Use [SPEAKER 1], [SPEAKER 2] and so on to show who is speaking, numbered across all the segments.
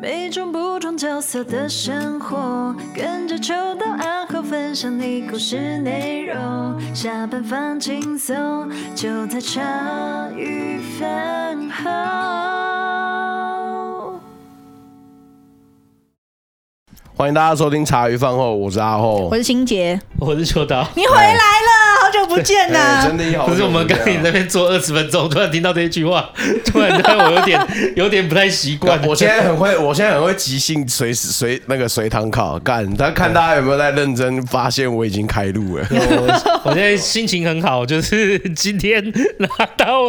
[SPEAKER 1] 每种不同角色的生活，跟着秋到暗号分享你故事内容。下班放轻松，就在茶余饭后。
[SPEAKER 2] 欢迎大家收听茶余饭后，我是阿厚
[SPEAKER 3] 我。是欣杰，
[SPEAKER 4] 我是秋刀。
[SPEAKER 3] 你回来了，好久不见
[SPEAKER 2] 哎
[SPEAKER 3] 呐
[SPEAKER 2] 真！的好久不见啊，
[SPEAKER 4] 可是我们刚才那边坐二十分钟，突然听到这一句话， 突然让我有 点有点不太习惯。
[SPEAKER 2] 我现在很会，我现在很会即兴随时随那个随堂考干，但看大家有没有在认真发现我已经开路了。
[SPEAKER 4] 我我现在心情很好，就是今天 拿到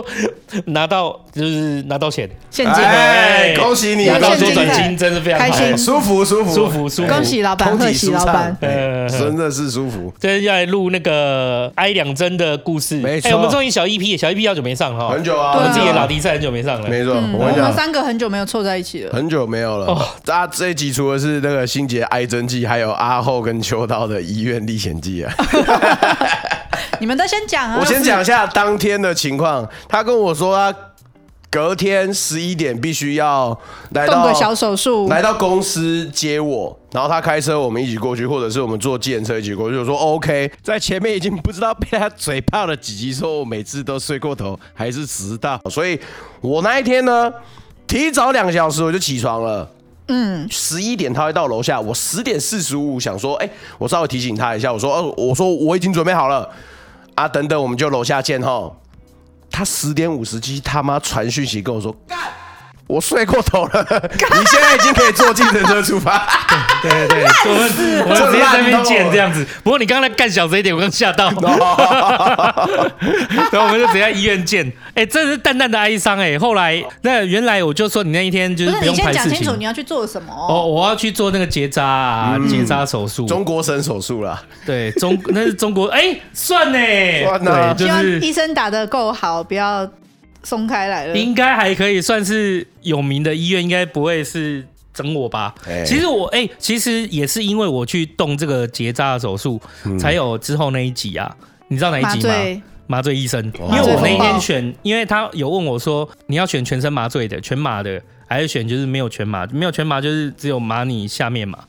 [SPEAKER 4] 拿到就是拿到钱，
[SPEAKER 3] 现金，
[SPEAKER 2] 哎，恭喜你，
[SPEAKER 4] 拿
[SPEAKER 3] 有
[SPEAKER 4] 到
[SPEAKER 2] 恭喜
[SPEAKER 3] 现
[SPEAKER 4] 周
[SPEAKER 3] 金
[SPEAKER 4] 转
[SPEAKER 2] 你，
[SPEAKER 4] 金，真的非常
[SPEAKER 3] 开
[SPEAKER 4] 好
[SPEAKER 3] 心
[SPEAKER 2] 哎，舒服舒服
[SPEAKER 4] 舒服舒服
[SPEAKER 2] 哎
[SPEAKER 3] 恭喜老板
[SPEAKER 2] 通体
[SPEAKER 3] 贺喜
[SPEAKER 2] 舒畅
[SPEAKER 3] 老板
[SPEAKER 2] 哎
[SPEAKER 4] 呃
[SPEAKER 2] 真的是舒服，
[SPEAKER 4] 今天要来录那个哀两真的故事。
[SPEAKER 2] 没错
[SPEAKER 4] 哎我们终于小 EP，小 EP 好久没上哈，
[SPEAKER 2] 很久啊，
[SPEAKER 4] 哦我们自己的
[SPEAKER 2] 很久
[SPEAKER 4] 老
[SPEAKER 2] 啊
[SPEAKER 4] 弟赛很久没上了。
[SPEAKER 2] 没错，
[SPEAKER 3] 嗯我
[SPEAKER 2] 我跟你
[SPEAKER 3] 们
[SPEAKER 2] 讲。
[SPEAKER 3] 三个很久没有凑在一起了。
[SPEAKER 2] 很久没有了
[SPEAKER 4] 哦。
[SPEAKER 2] 大家这一集除了是那个新杰爱真记，还有阿后跟秋刀的医院历险记啊。
[SPEAKER 3] 你们都先讲啊！
[SPEAKER 2] 我先讲一下当天的情况，他跟我说他隔天十一点必须要来
[SPEAKER 3] 动
[SPEAKER 2] 到
[SPEAKER 3] 个小手术，
[SPEAKER 2] 来到公司接我，然后他开车我们一起过去，或者是我们坐计程车一起过去。我说 OK，在前面已经不知道被他嘴炮了几集，说我每次都睡过头，还是迟到，所以我那一天呢，提早两个小时我就起床了。嗯，十一点他会到楼下，我十点四十五想说，哎、我稍微提醒他一下，我说，哦，我说我已经准备好了啊，等等我们就楼下见哈。他十点五十七他妈传讯息跟我说，干，我睡过头了，你现在已经可以坐计程车出发。
[SPEAKER 4] 对对，我们我们直接在那边见这样子。不过你刚才干小这一点，我刚吓 到。然后我们就直接在医院见。哎，这是淡淡的哀伤哎。后来那原来我就说你那一天就
[SPEAKER 3] 不
[SPEAKER 4] 是
[SPEAKER 3] 是你
[SPEAKER 4] 用
[SPEAKER 3] 先
[SPEAKER 4] 排
[SPEAKER 3] 讲
[SPEAKER 4] 事
[SPEAKER 3] 清楚
[SPEAKER 4] 情
[SPEAKER 3] 你。要去做什么
[SPEAKER 4] 哦，我要去做那个结扎啊，结扎手术。
[SPEAKER 2] 嗯中国神手术啦，
[SPEAKER 4] 对中那是中国哎，算呢，
[SPEAKER 2] 算啊
[SPEAKER 4] 对，就
[SPEAKER 3] 希望
[SPEAKER 4] 是
[SPEAKER 3] 医生打得够好，不要松开来了。
[SPEAKER 4] 应该还可以算是有名的医院，应该不会是整我吧？
[SPEAKER 2] 哎
[SPEAKER 4] 其实我哎、其实也是因为我去动这个结扎的手术，
[SPEAKER 2] 哎嗯
[SPEAKER 4] 才有之后那一集啊。你知道哪一
[SPEAKER 3] 麻
[SPEAKER 4] 集吗？
[SPEAKER 3] 醉
[SPEAKER 4] 麻醉医生，
[SPEAKER 2] 哦
[SPEAKER 4] 因为我那
[SPEAKER 3] 麻醉风暴
[SPEAKER 4] 天选，因为他有问我说，你要选全身麻醉的、全麻的，还是选就是没有全麻？没有全麻就是只有麻你下面嘛。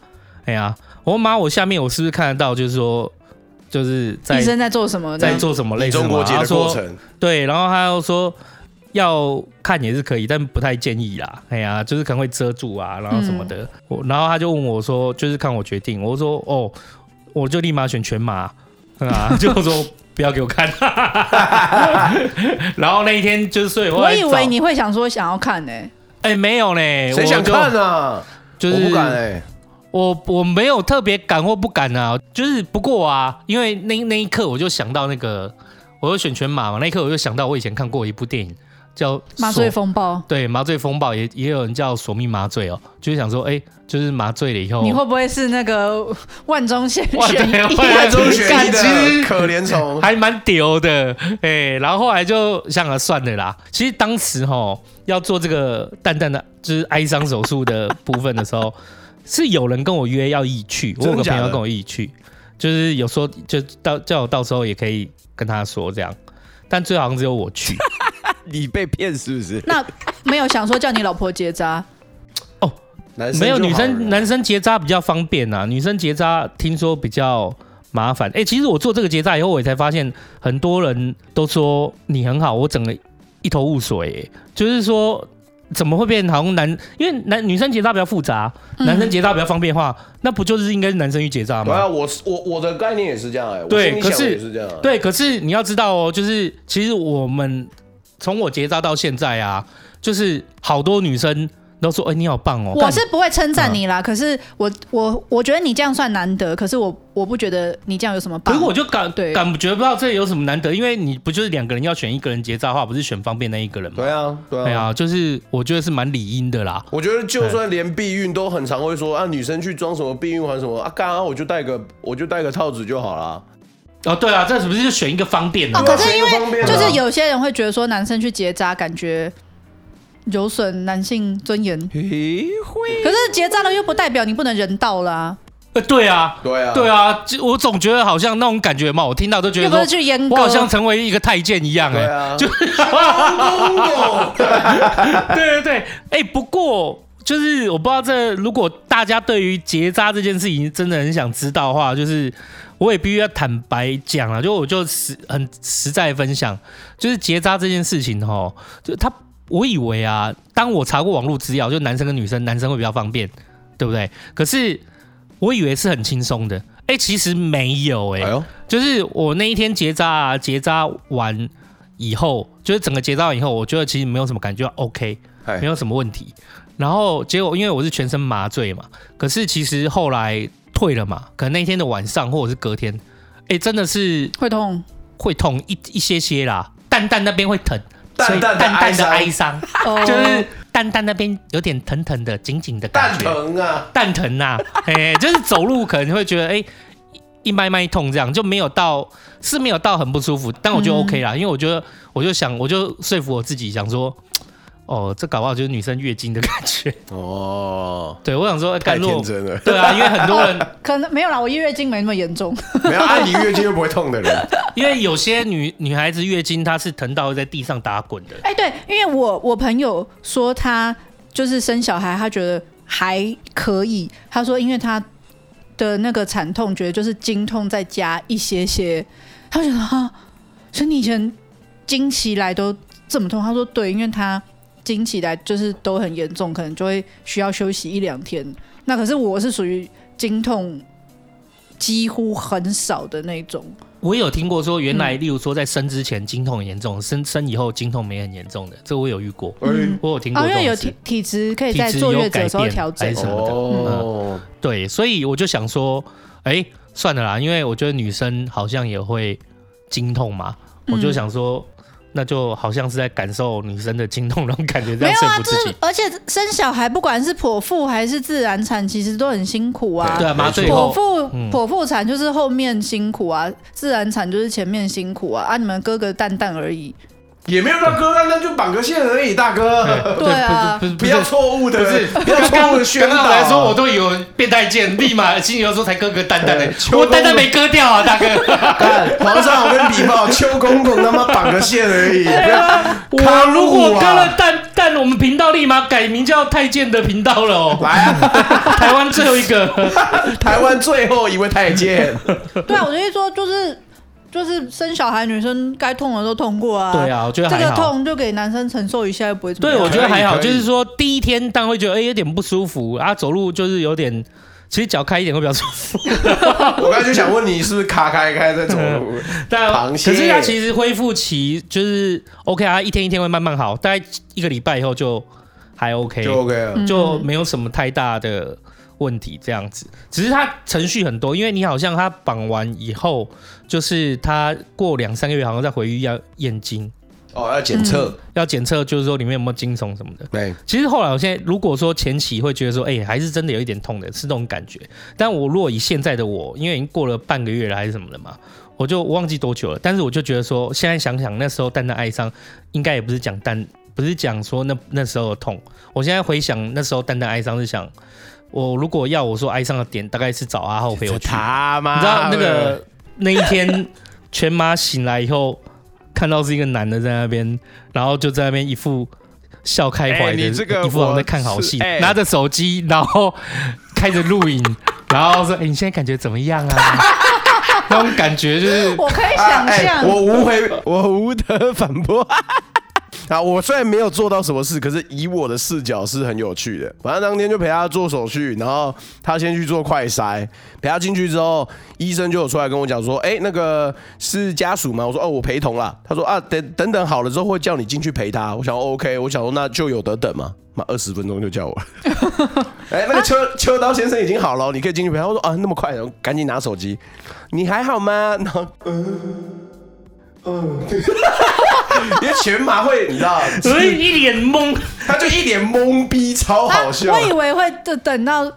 [SPEAKER 4] 哎呀，我说麻我下面，我是不是看得到？就是说，就是在
[SPEAKER 3] 医生在做什么？
[SPEAKER 4] 在做什么类似
[SPEAKER 2] 中国节
[SPEAKER 4] 他
[SPEAKER 2] 的
[SPEAKER 4] 说
[SPEAKER 2] 过程，
[SPEAKER 4] 对，然后他又说要看也是可以，但不太建议啦。哎呀，就是可能会遮住啊，然后什么
[SPEAKER 3] 嗯
[SPEAKER 4] 的。我然后他就问我说，就是看我决定。我说哦，我就立马选全麻啊， 就说不要给我看。 然后那一天就是，所以后
[SPEAKER 3] 我
[SPEAKER 4] 来
[SPEAKER 3] 以
[SPEAKER 4] 找
[SPEAKER 3] 为你会想说想要看呢、
[SPEAKER 4] 哎、没有呢，
[SPEAKER 2] 谁想
[SPEAKER 4] 我就
[SPEAKER 2] 看啊？
[SPEAKER 4] 就
[SPEAKER 2] 我
[SPEAKER 4] 是
[SPEAKER 2] 不敢哎，
[SPEAKER 4] 我我没有特别敢或不敢啊，就是不过啊，因为那那一刻我就想到那个，我又选全马嘛，那一刻我就想到我以前看过一部电影叫《
[SPEAKER 3] 麻醉风暴，
[SPEAKER 4] 对，麻醉风暴也也有人叫索命麻醉哦，就是想说，哎、就是麻醉了以后，
[SPEAKER 3] 你会不会是那个万中选
[SPEAKER 4] 哇
[SPEAKER 3] 选
[SPEAKER 4] 对
[SPEAKER 3] 一？
[SPEAKER 4] 万
[SPEAKER 2] 万中选一
[SPEAKER 4] 干其
[SPEAKER 2] 的
[SPEAKER 4] 实
[SPEAKER 2] 可怜 虫，
[SPEAKER 4] 还蛮屌的，哎、然后后来就想了算了啦。其实当时哈要做这个淡淡的，就是哀伤手术的部分的时候， 是有人跟我约要一起去，我有
[SPEAKER 2] 真的
[SPEAKER 4] 个
[SPEAKER 2] 假
[SPEAKER 4] 朋
[SPEAKER 2] 的
[SPEAKER 4] 友跟我一起去，就是有说就到叫我到时候也可以跟他说这样，但最后好像只有我去
[SPEAKER 2] 你被骗是不是？
[SPEAKER 3] 那没有想说叫你老婆结扎，
[SPEAKER 4] 哦，
[SPEAKER 2] 男生
[SPEAKER 4] 没有
[SPEAKER 2] 就好
[SPEAKER 4] 女
[SPEAKER 2] 了
[SPEAKER 4] 生，男生结扎比较方便啊，女生结扎听说比较麻烦。哎、其实我做这个结扎以后，我也才发现很多人都说你很好，我整个一头雾水、欸就是说怎么会变好像男，因为男女生结扎比较复杂，
[SPEAKER 3] 嗯
[SPEAKER 4] 男生结扎比较方便的话，那不就是应该是男生去结扎
[SPEAKER 2] 对啊，
[SPEAKER 4] 吗？
[SPEAKER 2] 我是我我的概念也是这样哎，我
[SPEAKER 4] 对
[SPEAKER 2] 心里想的
[SPEAKER 4] 可是
[SPEAKER 2] 也是这样啊，
[SPEAKER 4] 对，可是你要知道哦，就是其实我们从我结扎到现在啊，就是好多女生都说，哎、你好棒哦。
[SPEAKER 3] 我是不会称赞你啦。可是我我我觉得你这样算难得，可是我我不觉得你这样有什么
[SPEAKER 4] 可
[SPEAKER 3] 棒。
[SPEAKER 4] 是我就感
[SPEAKER 3] 对
[SPEAKER 4] 感觉不到这有什么难得，因为你不就是两个人要选一个人结扎的话，不是选方便那一个人吗？
[SPEAKER 2] 对啊，
[SPEAKER 4] 对
[SPEAKER 2] 对啊。
[SPEAKER 4] 啊，就是我觉得是蛮理应的啦。
[SPEAKER 2] 我觉得就算连避孕都很常会说啊，女生去装什么避孕环什么啊，干啊，我就戴个我就戴个套子就好啦。
[SPEAKER 4] 哦，对啊，这是不是就选一个方便的？
[SPEAKER 3] 哦，
[SPEAKER 2] 对啊
[SPEAKER 3] 可是因
[SPEAKER 2] 谁不方便
[SPEAKER 3] 为
[SPEAKER 2] 啊
[SPEAKER 3] 就是有些人会觉得说男生去结扎，感觉有损男性尊严。
[SPEAKER 2] 嘿，
[SPEAKER 3] 可是结扎了又不代表你不能人道啦，
[SPEAKER 4] 呃，对啊，
[SPEAKER 2] 对啊，
[SPEAKER 4] 对啊，就我总觉得好像那种感觉嘛，我听到都觉
[SPEAKER 3] 又不
[SPEAKER 4] 得
[SPEAKER 3] 是
[SPEAKER 4] 说，
[SPEAKER 3] 去阉
[SPEAKER 4] 我
[SPEAKER 3] 割
[SPEAKER 4] 好。像成为一个太监一样
[SPEAKER 2] 对
[SPEAKER 4] 哎。
[SPEAKER 2] 啊，
[SPEAKER 4] 就对对对，哎，不过。就是我不知道这如果大家对于结扎这件事情真的很想知道的话，就是我也必须要坦白讲啊了，就我就实很实在分享，就是结扎这件事情哈，就他我以为啊，当我查过网络资料，就男生跟女生，男生会比较方便，对不对？可是我以为是很轻松的，哎、其实没有哎、
[SPEAKER 2] 哎呦，
[SPEAKER 4] 就是我那一天结扎啊，结扎完以后，就是整个结扎完以后，我觉得其实没有什么感觉，OK，
[SPEAKER 2] 哎
[SPEAKER 4] 没有什么问题。然后结果因为我是全身麻醉嘛，可是其实后来退了嘛，可能那天的晚上或者是隔天，哎，真的是
[SPEAKER 3] 会痛
[SPEAKER 4] 会痛一一些些啦，蛋蛋那边会疼，所以
[SPEAKER 2] 淡淡的
[SPEAKER 4] 淡淡的
[SPEAKER 2] 哀
[SPEAKER 4] 哀伤，
[SPEAKER 3] 哦，
[SPEAKER 4] 就是蛋蛋那边有点疼疼的、紧紧的感
[SPEAKER 2] 蛋
[SPEAKER 4] 觉。
[SPEAKER 2] 疼啊，
[SPEAKER 4] 蛋疼呐、 哎、就是走路可能会觉得哎、一一脉脉痛这样，就没有到是没有到很不舒服，但我觉得
[SPEAKER 3] 嗯
[SPEAKER 4] OK 啦，因为我觉得我就想我就说服我自己想说。哦，这搞不好就是女生月经的感觉。
[SPEAKER 2] 哦，
[SPEAKER 4] 对我想说，
[SPEAKER 2] 太
[SPEAKER 4] 甘
[SPEAKER 2] 天
[SPEAKER 4] 露，
[SPEAKER 2] 真了，
[SPEAKER 4] 对啊，因为很多人，
[SPEAKER 3] 可能没有啦，我月经没那么严重，
[SPEAKER 2] 没有按你月经又不会痛的人，
[SPEAKER 4] 因为有些女女孩子月经她是疼到会在地上打滚的。
[SPEAKER 3] 哎、对，因为我我朋友说他就是生小孩，他觉得还可以。他说，因为他的那个惨痛，觉得就是经痛再加一些些，他就觉得啊，所以你以前经期来都这么痛？他说对，因为他经期来就是都很严重，可能就会需要休息一两天。那可是我是属于经痛几乎很少的那种，
[SPEAKER 4] 我有听过说，原来
[SPEAKER 3] 嗯
[SPEAKER 4] 例如说在生之前经痛很严重，生生以后经痛没很严重的，这我有遇过，
[SPEAKER 2] 哎
[SPEAKER 4] 我有听过
[SPEAKER 3] 啊，
[SPEAKER 4] 这
[SPEAKER 3] 因为有
[SPEAKER 4] 种事。
[SPEAKER 3] 体体质可以
[SPEAKER 4] 体
[SPEAKER 3] 在
[SPEAKER 4] 质
[SPEAKER 3] 坐
[SPEAKER 4] 有
[SPEAKER 3] 月子
[SPEAKER 4] 改
[SPEAKER 3] 的时候
[SPEAKER 4] 变
[SPEAKER 3] 调
[SPEAKER 4] 还
[SPEAKER 3] 整
[SPEAKER 4] 是。什么的
[SPEAKER 2] 哦，
[SPEAKER 4] 对，所以我就想说，哎、算了啦，因为我觉得女生好像也会经痛嘛，
[SPEAKER 3] 嗯
[SPEAKER 4] 我就想说，那就好像是在感受女生的经痛那种感觉，这
[SPEAKER 3] 没
[SPEAKER 4] 样
[SPEAKER 3] 有
[SPEAKER 4] 说
[SPEAKER 3] 啊，
[SPEAKER 4] 服
[SPEAKER 3] 就
[SPEAKER 4] 自己
[SPEAKER 3] 是。而且生小孩，不管是剖腹还是自然产，其实都很辛苦啊。
[SPEAKER 4] 对啊，麻醉以
[SPEAKER 3] 剖
[SPEAKER 4] 后
[SPEAKER 3] 腹
[SPEAKER 4] 嗯
[SPEAKER 3] 剖腹产就是后面辛苦啊，自然产就是前面辛苦啊。啊，你们割个蛋蛋而 已。
[SPEAKER 2] 也没有到割，那就绑个线而已，大 哥，
[SPEAKER 4] 对
[SPEAKER 3] 对啊
[SPEAKER 4] 不是
[SPEAKER 2] 不
[SPEAKER 4] 不是
[SPEAKER 2] 要
[SPEAKER 4] 不是。
[SPEAKER 2] 错误的，
[SPEAKER 4] 不是
[SPEAKER 2] 不要错误的宣
[SPEAKER 4] 刚
[SPEAKER 2] 导。啊
[SPEAKER 4] 刚来说，我都有变态见，立马心里头说才割
[SPEAKER 2] 哎
[SPEAKER 4] 个蛋蛋呢
[SPEAKER 2] 对，秋冬
[SPEAKER 4] 我蛋蛋没割掉啊，大哥，
[SPEAKER 2] 看皇上，我跟你比报，邱公公他妈绑个线而已，不要
[SPEAKER 3] 啊
[SPEAKER 4] 我
[SPEAKER 2] 看
[SPEAKER 4] 如
[SPEAKER 2] 路
[SPEAKER 4] 果割
[SPEAKER 2] 啊
[SPEAKER 4] 了蛋蛋，我们频道立马改名叫太监的频道了哦，
[SPEAKER 2] 来啊！
[SPEAKER 4] 台湾最后一个，
[SPEAKER 2] 台湾最后一位太监，
[SPEAKER 3] 对啊，我就会说，就是就是生小孩，女生该痛的都痛过啊。
[SPEAKER 4] 对，啊，我觉得
[SPEAKER 3] 这
[SPEAKER 4] 还
[SPEAKER 3] 个
[SPEAKER 4] 好。
[SPEAKER 3] 痛就给男生承受一下，又不会怎么
[SPEAKER 4] 对，
[SPEAKER 3] 样。
[SPEAKER 4] 我觉得还好，
[SPEAKER 2] 可以可
[SPEAKER 4] 就
[SPEAKER 2] 以
[SPEAKER 4] 是说第一天当然会觉得哎、有点不舒服啊，走路就是有点，其实脚开一点会比较舒服，
[SPEAKER 2] 我刚才就想问你，是不是卡开开在走路？
[SPEAKER 4] 但
[SPEAKER 2] 螃
[SPEAKER 4] 可
[SPEAKER 2] 蟹
[SPEAKER 4] 是它其实恢复期就是 OK 啊，一天一天会慢慢好，大概一个礼拜以后就还 OK，
[SPEAKER 2] 就 OK
[SPEAKER 3] 嗯
[SPEAKER 2] 了。
[SPEAKER 4] 就没有什么太大的问题这样子。只是它程序很多，因为你好像它绑完以后，就是它过两三个月好像再回去要验精，
[SPEAKER 2] 哦，要检测，
[SPEAKER 4] 要检测就是说里面有没有精虫什么的。
[SPEAKER 2] 对，
[SPEAKER 4] 其实后来，我现在如果说前期会觉得说，哎、还是真的有一点痛的，是那种感觉。但我如果以现在的我，因为已经过了半个月了还是什么的嘛，我就忘记多久了。但是我就觉得说，现在想想那时候蛋蛋哀伤，应该也不是讲蛋，不是讲说那那时候的痛。我现在回想那时候蛋蛋哀伤是想，我如果要我说哀伤的点，大概是啊找阿浩陪我去。
[SPEAKER 2] 他妈
[SPEAKER 4] 你知道那个那一天，全妈醒来以后，看到是一个男的在那边，然后就在那边一副笑开怀
[SPEAKER 2] 哎
[SPEAKER 4] 的，
[SPEAKER 2] 你这个
[SPEAKER 4] 一副好像在看好戏，
[SPEAKER 2] 我是哎
[SPEAKER 4] 拿着手机，然后开着录影，然后说：“哎、你现在感觉怎么样啊？” 那种感觉就是
[SPEAKER 3] 我可以
[SPEAKER 2] 啊
[SPEAKER 3] 想
[SPEAKER 2] 哎
[SPEAKER 3] 象，
[SPEAKER 2] 我无回，我无得反驳。 啊，我虽然没有做到什么事，可是以我的视角是很有趣的。反正当天就陪他做手续，然后他先去做快筛，陪他进去之后，医生就有出来跟我讲说：“哎、那个是家属吗？”我说：“哦，我陪同啦。”他说：“啊，等等等好了之后会叫你进去陪他。”我想说 OK，我想说那就有得等嘛，妈二十分钟就叫我了。 哎、那
[SPEAKER 3] 啊
[SPEAKER 2] 个秋秋刀先生已经好了，你可以进去陪他。我说：“啊，那么快，然后赶紧拿手机。”你还好吗？然后，嗯，嗯， 因为全麻会，你知道，
[SPEAKER 4] 所以一脸懵。
[SPEAKER 2] 他就一脸懵逼，超
[SPEAKER 3] 啊
[SPEAKER 2] 好笑
[SPEAKER 3] 我。以为会等等到，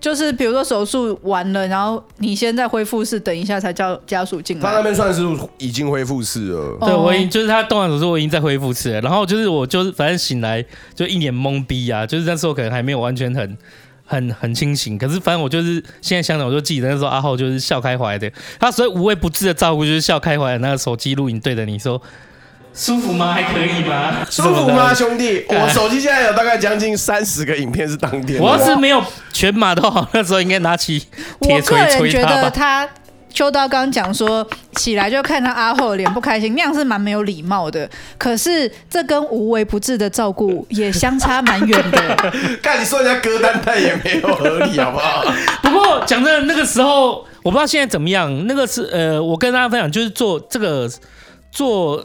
[SPEAKER 3] 就是比如说手术完了，然后你先在恢复室等一下，才叫家属进
[SPEAKER 2] 他那
[SPEAKER 3] 来。
[SPEAKER 2] 边算是已经恢复室了，
[SPEAKER 4] 对，
[SPEAKER 3] 哦
[SPEAKER 4] 我已经就是他动完手术，我已经在恢复室了。然后就是我就是反正醒来就一脸懵逼啊，就是那时候可能还没有完全很。很很清醒，可是反正我就是现在想想，我就记得那时候阿浩就是笑开怀的，他所以无微不至的照顾就是笑开怀的那个手机录影对着你说，舒服吗？还可以吗？
[SPEAKER 2] 舒服吗，
[SPEAKER 4] 什么
[SPEAKER 2] 兄弟？我手机现在有大概将近三十个影片是当天
[SPEAKER 4] 的？
[SPEAKER 2] 的。
[SPEAKER 4] 我要是没有全马的话，那时候应该拿起铁
[SPEAKER 3] 我个
[SPEAKER 4] 锤
[SPEAKER 3] 人
[SPEAKER 4] 锤
[SPEAKER 3] 觉得
[SPEAKER 4] 他吧。
[SPEAKER 3] 他秋刀刚讲说起来就看到阿厚脸不开心，那样是蛮没有礼貌的。可是这跟无微不至的照顾也相差蛮远 的。
[SPEAKER 2] 看你说人家歌单，但也没有合理，好不好？
[SPEAKER 4] 不过讲真的，那个时候我不知道现在怎么样。那个是呃，我跟大家分享，就是做这个做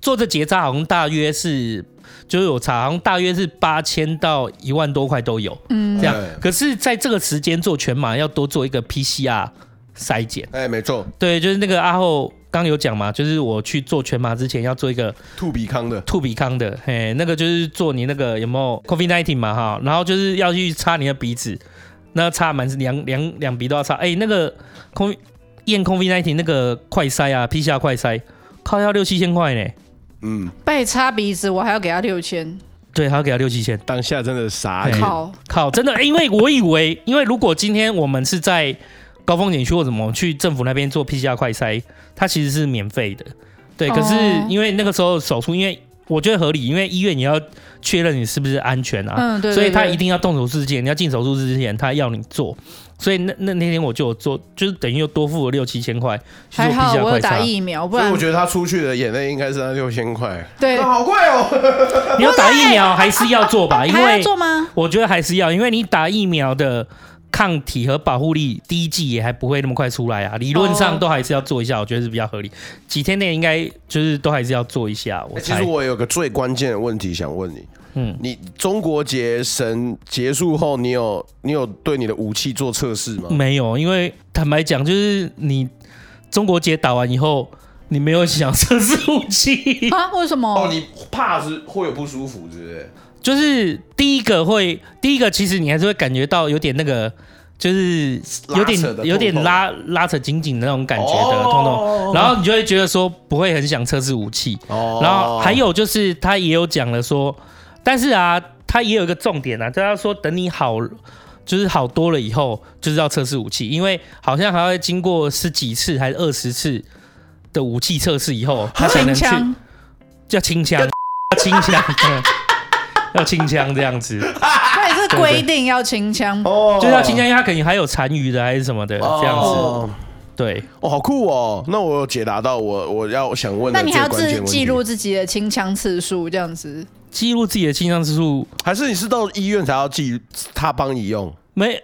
[SPEAKER 4] 做这结扎，好像大约是就是有查，好像大约是八千到一万多块都有。
[SPEAKER 3] 嗯
[SPEAKER 4] 这样
[SPEAKER 2] 嗯。
[SPEAKER 4] 可是在这个时间做全马要多做一个 PCR 筛检，
[SPEAKER 2] 哎，没错，
[SPEAKER 4] 对，就是那个阿后刚有讲嘛，就是我去做全马之前要做一个
[SPEAKER 2] 兔比康的，
[SPEAKER 4] 兔鼻康的，嘿，那个就是做你那个有没有 COVID nineteen 嘛哈，然后就是要去擦你的鼻子，那擦满是两两两鼻都要擦，哎、那个空验 COVID nineteen 那个快筛啊，PCR 快筛，靠要六七千块呢，
[SPEAKER 2] 嗯，
[SPEAKER 3] 被擦鼻子，我还要给他六千，
[SPEAKER 4] 对，还要给他六七千，
[SPEAKER 2] 当下真的傻
[SPEAKER 4] 眼
[SPEAKER 2] 眼。
[SPEAKER 3] 靠！
[SPEAKER 4] 靠，真的，欸因为我以为，因为如果今天我们是在高风险区或什么去政府那边做 PCR 快筛，它其实是免费的，对。
[SPEAKER 3] 哦
[SPEAKER 4] 可是因为那个时候手术，因为我觉得合理，因为医院也要确认你是不是安全啊，
[SPEAKER 3] 嗯，对对对
[SPEAKER 4] 所以他一定要动手术之前，你要进手术室之前，他要你做。所以那那那天我就有做，就是等于又多付了六七千块去做
[SPEAKER 3] 还好
[SPEAKER 4] PCR
[SPEAKER 3] 我有
[SPEAKER 4] 快
[SPEAKER 3] 打
[SPEAKER 4] 筛。
[SPEAKER 3] 疫苗，不
[SPEAKER 2] 所以
[SPEAKER 3] 然
[SPEAKER 2] 我觉得他出去的眼泪应该是那六千块，
[SPEAKER 3] 对
[SPEAKER 2] 那好贵哦。
[SPEAKER 4] 你要打疫苗还是要做啊 吧？因
[SPEAKER 3] 还要
[SPEAKER 4] 为
[SPEAKER 3] 做 吗？
[SPEAKER 4] 我觉得还是要，因为你打疫苗的抗体和保护力，第一季也还不会那么快出来啊。理论上
[SPEAKER 3] 哦
[SPEAKER 4] 都还是要做一下，我觉得是比较合理。几天内应该就是都还是要做一下，我
[SPEAKER 2] 哎其
[SPEAKER 4] 猜
[SPEAKER 2] 实。我有个最关键的问题想问你，
[SPEAKER 4] 嗯，
[SPEAKER 2] 你中国结绳结束后，你有你有对你的武器做测试吗？
[SPEAKER 4] 没有，因为坦白讲，就是你中国节打完以后，你没有想测试武器，
[SPEAKER 3] 啊？为什么？
[SPEAKER 2] 哦你怕是会有不舒服，是不是？
[SPEAKER 4] 就是第一个会，第一个其实你还是会感觉到有点那个。就是有
[SPEAKER 2] 拉扯的
[SPEAKER 4] 点有点
[SPEAKER 2] 痛痛
[SPEAKER 4] 拉拉扯紧紧的那种感觉的痛痛，
[SPEAKER 2] 哦
[SPEAKER 4] 然后你就会觉得说不会很想测试武器，
[SPEAKER 2] 哦
[SPEAKER 4] 然后还有就是他也有讲了说，但是啊，他也有一个重点啊，就是他说等你好，就是好多了以后，就是要测试武器，因为好像还会经过十几次还是二十次的武器测试以后，他才能
[SPEAKER 3] 清
[SPEAKER 4] 去
[SPEAKER 3] 枪
[SPEAKER 4] 叫清枪，要清枪，嗯要清枪这样子，
[SPEAKER 3] 他也是规定要清枪，
[SPEAKER 2] 哦
[SPEAKER 4] 就是要清枪，因为他可能还有残余的还是什么的啊这样子，
[SPEAKER 2] 哦
[SPEAKER 4] 对，
[SPEAKER 2] 哦，好酷哦！那我有解答到我我要想问的
[SPEAKER 3] 那你还要
[SPEAKER 2] 最关键
[SPEAKER 3] 自
[SPEAKER 2] 问题
[SPEAKER 3] 记录，自己的清枪次数，这样子。
[SPEAKER 4] 记录自己的清枪次数
[SPEAKER 2] 还是你是到医院才要记，他帮你用？
[SPEAKER 4] 没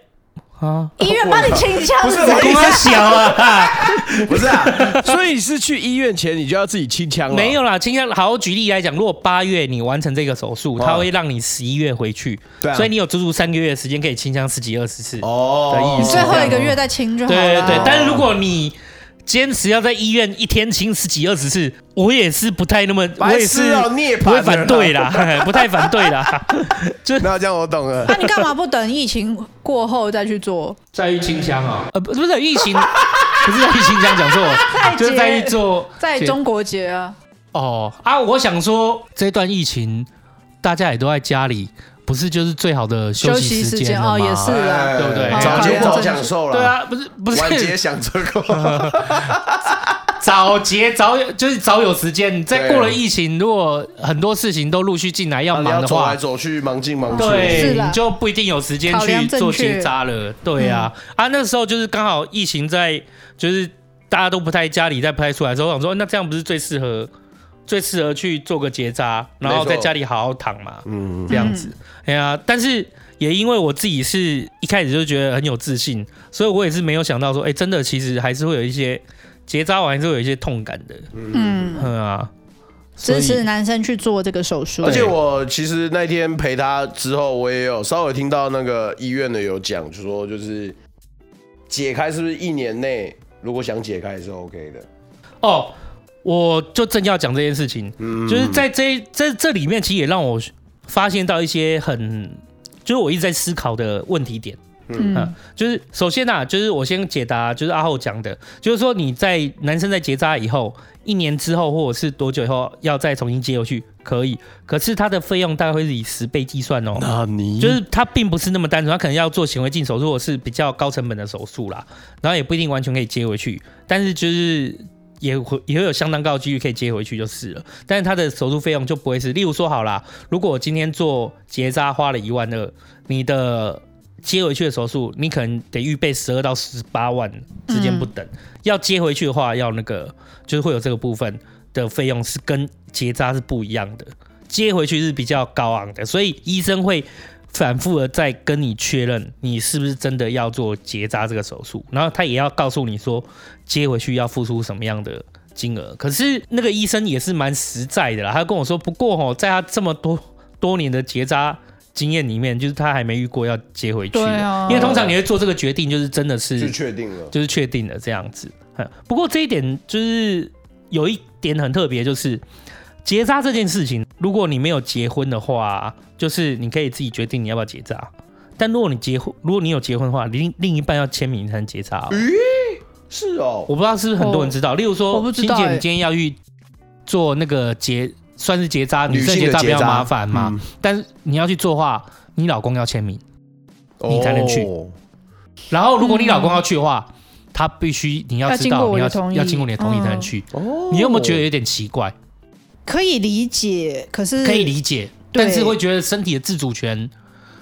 [SPEAKER 4] 啊？
[SPEAKER 3] 医院帮你清枪
[SPEAKER 2] 哦不是哦
[SPEAKER 3] 怎样
[SPEAKER 4] 公安小 啊！
[SPEAKER 2] 不是啊，所以是去医院前你就要自己清枪了？
[SPEAKER 4] 没有啦，今天好好举例来讲，如果八月你完成这个手术，
[SPEAKER 2] 哦
[SPEAKER 4] 它会让你十一月回去，
[SPEAKER 2] 对啊
[SPEAKER 4] 所以你有足足三个月的时间可以清枪十几二十次。
[SPEAKER 2] 哦
[SPEAKER 4] 的意
[SPEAKER 3] 你
[SPEAKER 4] 思
[SPEAKER 3] 最后一个月再清就好
[SPEAKER 4] 对
[SPEAKER 3] 了。
[SPEAKER 4] 对对，
[SPEAKER 2] 哦
[SPEAKER 4] 但是如果你坚持要在医院一天清十几二十次，我也是不太那么，我
[SPEAKER 2] 白
[SPEAKER 4] 也
[SPEAKER 2] 痴
[SPEAKER 4] 是
[SPEAKER 2] 哦你也
[SPEAKER 4] 不会
[SPEAKER 2] 怕的
[SPEAKER 4] 反对啦，
[SPEAKER 2] 啊
[SPEAKER 4] 不太反对啦，
[SPEAKER 2] 那这样我懂了
[SPEAKER 3] 那。你干嘛不等疫情过后再去做？
[SPEAKER 4] 在于清枪啊，呃，不不是疫情， 不是在于清枪，讲错了，就是在于做
[SPEAKER 3] 在中国节啊，
[SPEAKER 4] 哦啊，我想说这段疫情大家也都在家里，不是就是最好的休
[SPEAKER 3] 休
[SPEAKER 4] 息
[SPEAKER 3] 息时
[SPEAKER 4] 时
[SPEAKER 3] 间
[SPEAKER 4] 间
[SPEAKER 3] 哦，
[SPEAKER 4] 了吗
[SPEAKER 3] 也是
[SPEAKER 2] 哎
[SPEAKER 3] 啊。
[SPEAKER 4] 对不对
[SPEAKER 2] 早
[SPEAKER 4] 好
[SPEAKER 2] 结
[SPEAKER 4] 好
[SPEAKER 2] 早享受了，
[SPEAKER 4] 对，啊，不是不
[SPEAKER 2] 晚节
[SPEAKER 4] 是
[SPEAKER 2] 享这个。
[SPEAKER 4] 早结早有就是早有时间，
[SPEAKER 2] 对
[SPEAKER 4] 再过了疫情，如果很多事情都陆续进啊来要
[SPEAKER 2] 你要
[SPEAKER 4] 忙的
[SPEAKER 2] 走
[SPEAKER 4] 话
[SPEAKER 2] 来，走去，忙进忙出。
[SPEAKER 4] 对，
[SPEAKER 3] 是啦
[SPEAKER 4] 你就不一定有时间
[SPEAKER 3] 考量
[SPEAKER 4] 去
[SPEAKER 3] 正
[SPEAKER 4] 做
[SPEAKER 3] 确嗯
[SPEAKER 4] 结扎了。对啊，啊那时候就是刚好疫情在，就是大家都不太家里在不太出来的时候，我想说那这样不是最适合最适合去做个结扎，然后
[SPEAKER 2] 没错
[SPEAKER 4] 在家里好好躺嘛。
[SPEAKER 2] 嗯，
[SPEAKER 4] 这样子。哎
[SPEAKER 3] 嗯
[SPEAKER 4] 呀、但是也因为我自己是一开始就觉得很有自信，所以我也是没有想到说，哎、真的其实还是会有一些结扎完还是会有一些痛感的。
[SPEAKER 3] 嗯，
[SPEAKER 4] 嗯啊，所以
[SPEAKER 3] 支持男生去做这个手术
[SPEAKER 2] 而。且我其实那天陪他之后，我也有稍微听到那个医院的有讲，就说就是解开是不是一年内如果想解开是 OK 的。
[SPEAKER 4] 哦。我就正要讲这件事情，
[SPEAKER 2] 嗯，
[SPEAKER 4] 就是在这这这里面，其实也让我发现到一些很，就是我一直在思考的问题点。
[SPEAKER 3] 嗯
[SPEAKER 4] 嗯，就是首先啊，就是我先解答，就是阿后讲的，就是说你在男生在结扎以后，一年之后或者是多久以后要再重新接回去，可以，可是它的费用大概会是以十倍计算哦。
[SPEAKER 2] 那你
[SPEAKER 4] 就是它并不是那么单纯，它可能要做显微镜手术，或者是比较高成本的手术啦，然后也不一定完全可以接回去，但是就是也会也会有相当高的几率可以接回去就是了。但是它的手术费用就不会是，例如说好啦，如果我今天做结扎花了一万二，你的接回去的手术，你可能得预备十二到十八万之间不等。要接回去的话，要那个就是会有这个部分的费用是跟结扎是不一样的，接回去是比较高昂的，所以医生会反复的在跟你确认你是不是真的要做结扎这个手术，然后他也要告诉你说接回去要付出什么样的。金额，可是那个医生也是蛮实在的啦，他跟我说，不过哦，在他这么多多年的结扎经验里面，就是他还没遇过要接回去的，
[SPEAKER 3] 对啊
[SPEAKER 4] 因为通常你会做这个决定，就是真的
[SPEAKER 2] 就确定了。
[SPEAKER 4] 就是确定了这样子。嗯不过这一点就是有一点很特别，就是结扎这件事情，如果你没有结婚的话，就是你可以自己决定你要不要结扎。但如果你结婚，如果你有结婚的话，另另一半要签名才能结扎哦、
[SPEAKER 2] 是哦，
[SPEAKER 4] 我不知道是不是很多人知道，例
[SPEAKER 3] 嗯哦
[SPEAKER 4] 如
[SPEAKER 3] 我
[SPEAKER 4] 说，
[SPEAKER 3] 不
[SPEAKER 4] 欣
[SPEAKER 3] 知道
[SPEAKER 4] 姐，
[SPEAKER 3] 欸
[SPEAKER 4] 你今天要去做那个结，算是结扎，
[SPEAKER 2] 哦女
[SPEAKER 4] 女
[SPEAKER 2] 性
[SPEAKER 4] 生
[SPEAKER 2] 的
[SPEAKER 4] 结扎比较
[SPEAKER 2] 结扎
[SPEAKER 4] 麻烦嘛，
[SPEAKER 2] 嗯
[SPEAKER 4] 但是你要去做的话，你老公要签名。你才能去
[SPEAKER 2] 哦
[SPEAKER 4] 然后如果你老公要去的话，他必须你要知
[SPEAKER 3] 要经过
[SPEAKER 4] 道
[SPEAKER 3] 我
[SPEAKER 4] 你
[SPEAKER 3] 的
[SPEAKER 4] 要
[SPEAKER 3] 同意
[SPEAKER 4] 要经过你的同意才能
[SPEAKER 3] 嗯
[SPEAKER 4] 去。
[SPEAKER 2] 哦
[SPEAKER 4] 你有没有觉得有点奇怪？
[SPEAKER 3] 可以理解，可是
[SPEAKER 4] 可以理解，
[SPEAKER 3] 嗯对
[SPEAKER 4] 但是会觉得身体的自主权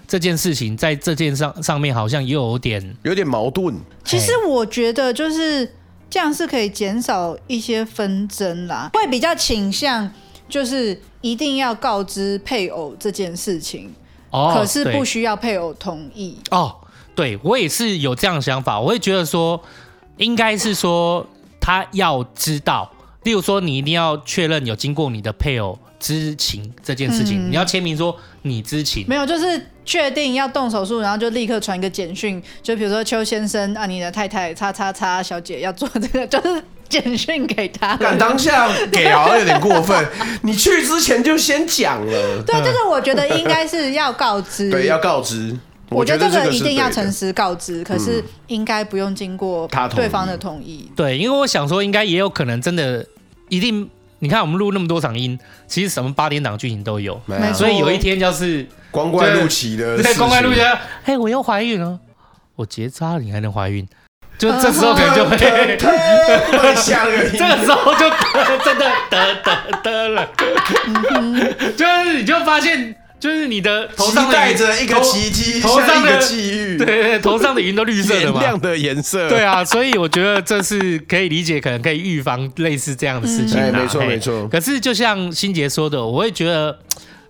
[SPEAKER 4] 这件事情在这件上上面好像也有点
[SPEAKER 2] 有点矛盾？
[SPEAKER 3] 其实
[SPEAKER 4] 哎
[SPEAKER 3] 我觉得就是这样是可以减少一些纷争啦，会比较倾向就是一定要告知配偶这件事情，
[SPEAKER 4] 哦，
[SPEAKER 3] 可是不
[SPEAKER 4] 对
[SPEAKER 3] 需要配偶同意。
[SPEAKER 4] 哦，对我也是有这样的想法，我会觉得说，应该是说他要知道，例如说你一定要确认有经过你的配偶知情这件事情，
[SPEAKER 3] 嗯
[SPEAKER 4] 你要签名说你知情。
[SPEAKER 3] 没有，就是确定要动手术，然后就立刻传一个简讯，就比如说邱先生啊，你的太太叉叉叉小姐要做这个，就是简讯给他。
[SPEAKER 2] 敢当下给好像有点过 分，你去之前就先讲了，
[SPEAKER 3] 对，这个我觉得应该是要告知。
[SPEAKER 2] 对，要告知。
[SPEAKER 3] 我觉得
[SPEAKER 2] 这
[SPEAKER 3] 这
[SPEAKER 2] 个
[SPEAKER 3] 一
[SPEAKER 2] 是
[SPEAKER 3] 定要
[SPEAKER 2] 对的嗯
[SPEAKER 3] 诚实告知，可是应该不用经过
[SPEAKER 2] 他同意
[SPEAKER 3] 对方的同意。
[SPEAKER 4] 对，因为我想说，应该也有可能真的一定，你看我们录那么多场音，其实什么八点档剧情都有，
[SPEAKER 2] 没有
[SPEAKER 3] 没错
[SPEAKER 4] 所以有一天要是
[SPEAKER 2] 光怪陆奇的事情，
[SPEAKER 4] 在公开录啊下，嘿，哎我又怀孕哦啊了，我结扎了，你还能怀孕？就这时候可能 就会，这
[SPEAKER 2] 会 下个音
[SPEAKER 4] 个时候就得真的得得得了，嗯就是你就发现，就是你的头
[SPEAKER 2] 期
[SPEAKER 4] 上的
[SPEAKER 2] 待
[SPEAKER 4] 云
[SPEAKER 2] 着一个
[SPEAKER 4] 头
[SPEAKER 2] 奇迹，
[SPEAKER 4] 头头
[SPEAKER 2] 下
[SPEAKER 4] 上
[SPEAKER 2] 一个
[SPEAKER 4] 的
[SPEAKER 2] 际遇，
[SPEAKER 4] 对，对，对头上的云都绿色的
[SPEAKER 2] 点
[SPEAKER 4] 嘛，
[SPEAKER 2] 亮的颜色，
[SPEAKER 4] 对啊，所以我觉得这是可以理解，可能可以预防类似这样的事情啦、
[SPEAKER 2] 哎没错
[SPEAKER 4] 嘿
[SPEAKER 2] 没错
[SPEAKER 4] 可是就像欣杰说的，我会觉得，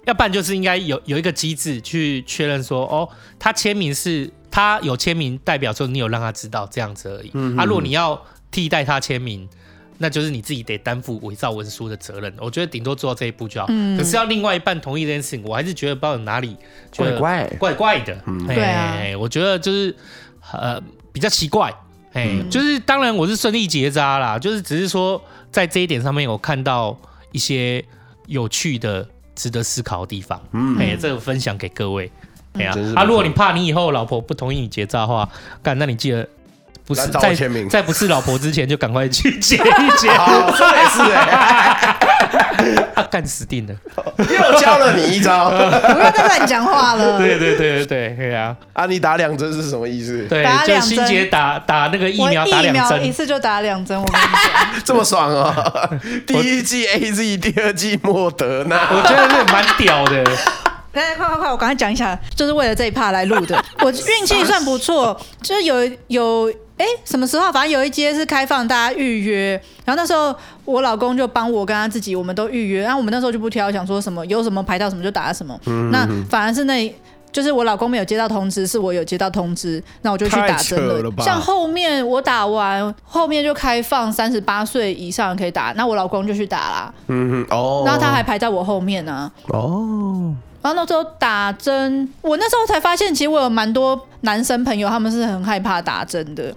[SPEAKER 4] 要不然就是应该有有一个机制去确认说，哦，他签名是他有签名，代表说你有让他知道这样子而已。
[SPEAKER 2] 嗯
[SPEAKER 4] 啊，如果你要替代他签名。那就是你自己得担负伪造文书的责任，我觉得顶多做到这一步就好。可是要另外一半同意这件事情，我还是觉得不知道哪里觉得
[SPEAKER 2] 怪 怪
[SPEAKER 4] 怪怪的。
[SPEAKER 2] 嗯
[SPEAKER 4] 嘿
[SPEAKER 3] 对啊
[SPEAKER 4] 我觉得就是呃比较奇怪。哎、
[SPEAKER 2] 嗯
[SPEAKER 4] 就是当然我是顺利结扎啦，就是只是说在这一点上面，我看到一些有趣的、值得思考的地方。嗯，哎、这个分享给各位。哎呀、
[SPEAKER 2] 嗯真是不
[SPEAKER 4] 啊，
[SPEAKER 2] 错
[SPEAKER 4] 如果你怕你以后老婆不同意你结扎的话，干，那你记得不是
[SPEAKER 2] 来找我
[SPEAKER 4] 在
[SPEAKER 2] 签名
[SPEAKER 4] 在不是老婆之前就赶快去结一结，
[SPEAKER 2] 好，这也是
[SPEAKER 4] 欸
[SPEAKER 2] 哎，
[SPEAKER 4] 啊，干死定了。
[SPEAKER 2] 又教了你一招。
[SPEAKER 3] 不要再乱讲话 了。
[SPEAKER 4] 对对对对对，对啊，
[SPEAKER 2] 啊，你打两针是什么意思？
[SPEAKER 4] 对
[SPEAKER 3] 打，
[SPEAKER 4] 就
[SPEAKER 3] 两
[SPEAKER 4] 心
[SPEAKER 3] 针
[SPEAKER 4] 杰打打那个疫
[SPEAKER 3] 我
[SPEAKER 4] 苗打两针，
[SPEAKER 3] 一次就打两针，我跟你讲，
[SPEAKER 2] 这么爽哦！第一季 A Z，第二季莫德纳。
[SPEAKER 4] 我觉得这蛮屌的。
[SPEAKER 3] 来哎快快快，我赶快讲一下，就是为了这一趴来录 的。我运气算不错，就是有有哎、什么时候啊，反正有一阶是开放大家预约，然后那时候我老公就帮我跟他自己，我们都预约，然后啊我们那时候就不挑，想说什么有什么排到什么就打什么，
[SPEAKER 2] 嗯
[SPEAKER 3] 那反而是那。就是我老公没有接到通知，是我有接到通知，那我就去打针
[SPEAKER 2] 太扯了吧
[SPEAKER 3] 像后面我打完，后面就开放三十八岁以上可以打，那我老公就去打啦。
[SPEAKER 2] 嗯哦
[SPEAKER 3] 然后他还排在我后面啊呢、
[SPEAKER 2] 哦，
[SPEAKER 3] 然后那时候打针，我那时候才发现，其实我有蛮多男生朋友，他们是很害怕打针的。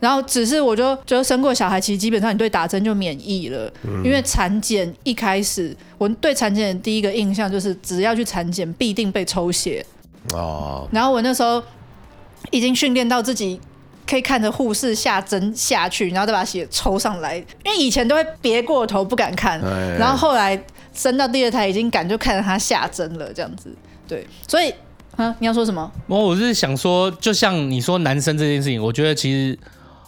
[SPEAKER 3] 然后只是我就就生过小孩，其实基本上你对打针就免疫了，因为产检一开始，我对产检的第一个印象就是只要去产检必定被抽血。
[SPEAKER 2] 哦，
[SPEAKER 3] 然后我那时候已经训练到自己可以看着护士下针下去，然后再把血抽上来，因为以前都会别过头不敢看，
[SPEAKER 2] 哎
[SPEAKER 3] 然后后来升到第二台已经敢就看着他下针了，这样子，对，所以啊，你要说什么？
[SPEAKER 4] 我我是想说，就像你说男生这件事情，我觉得其实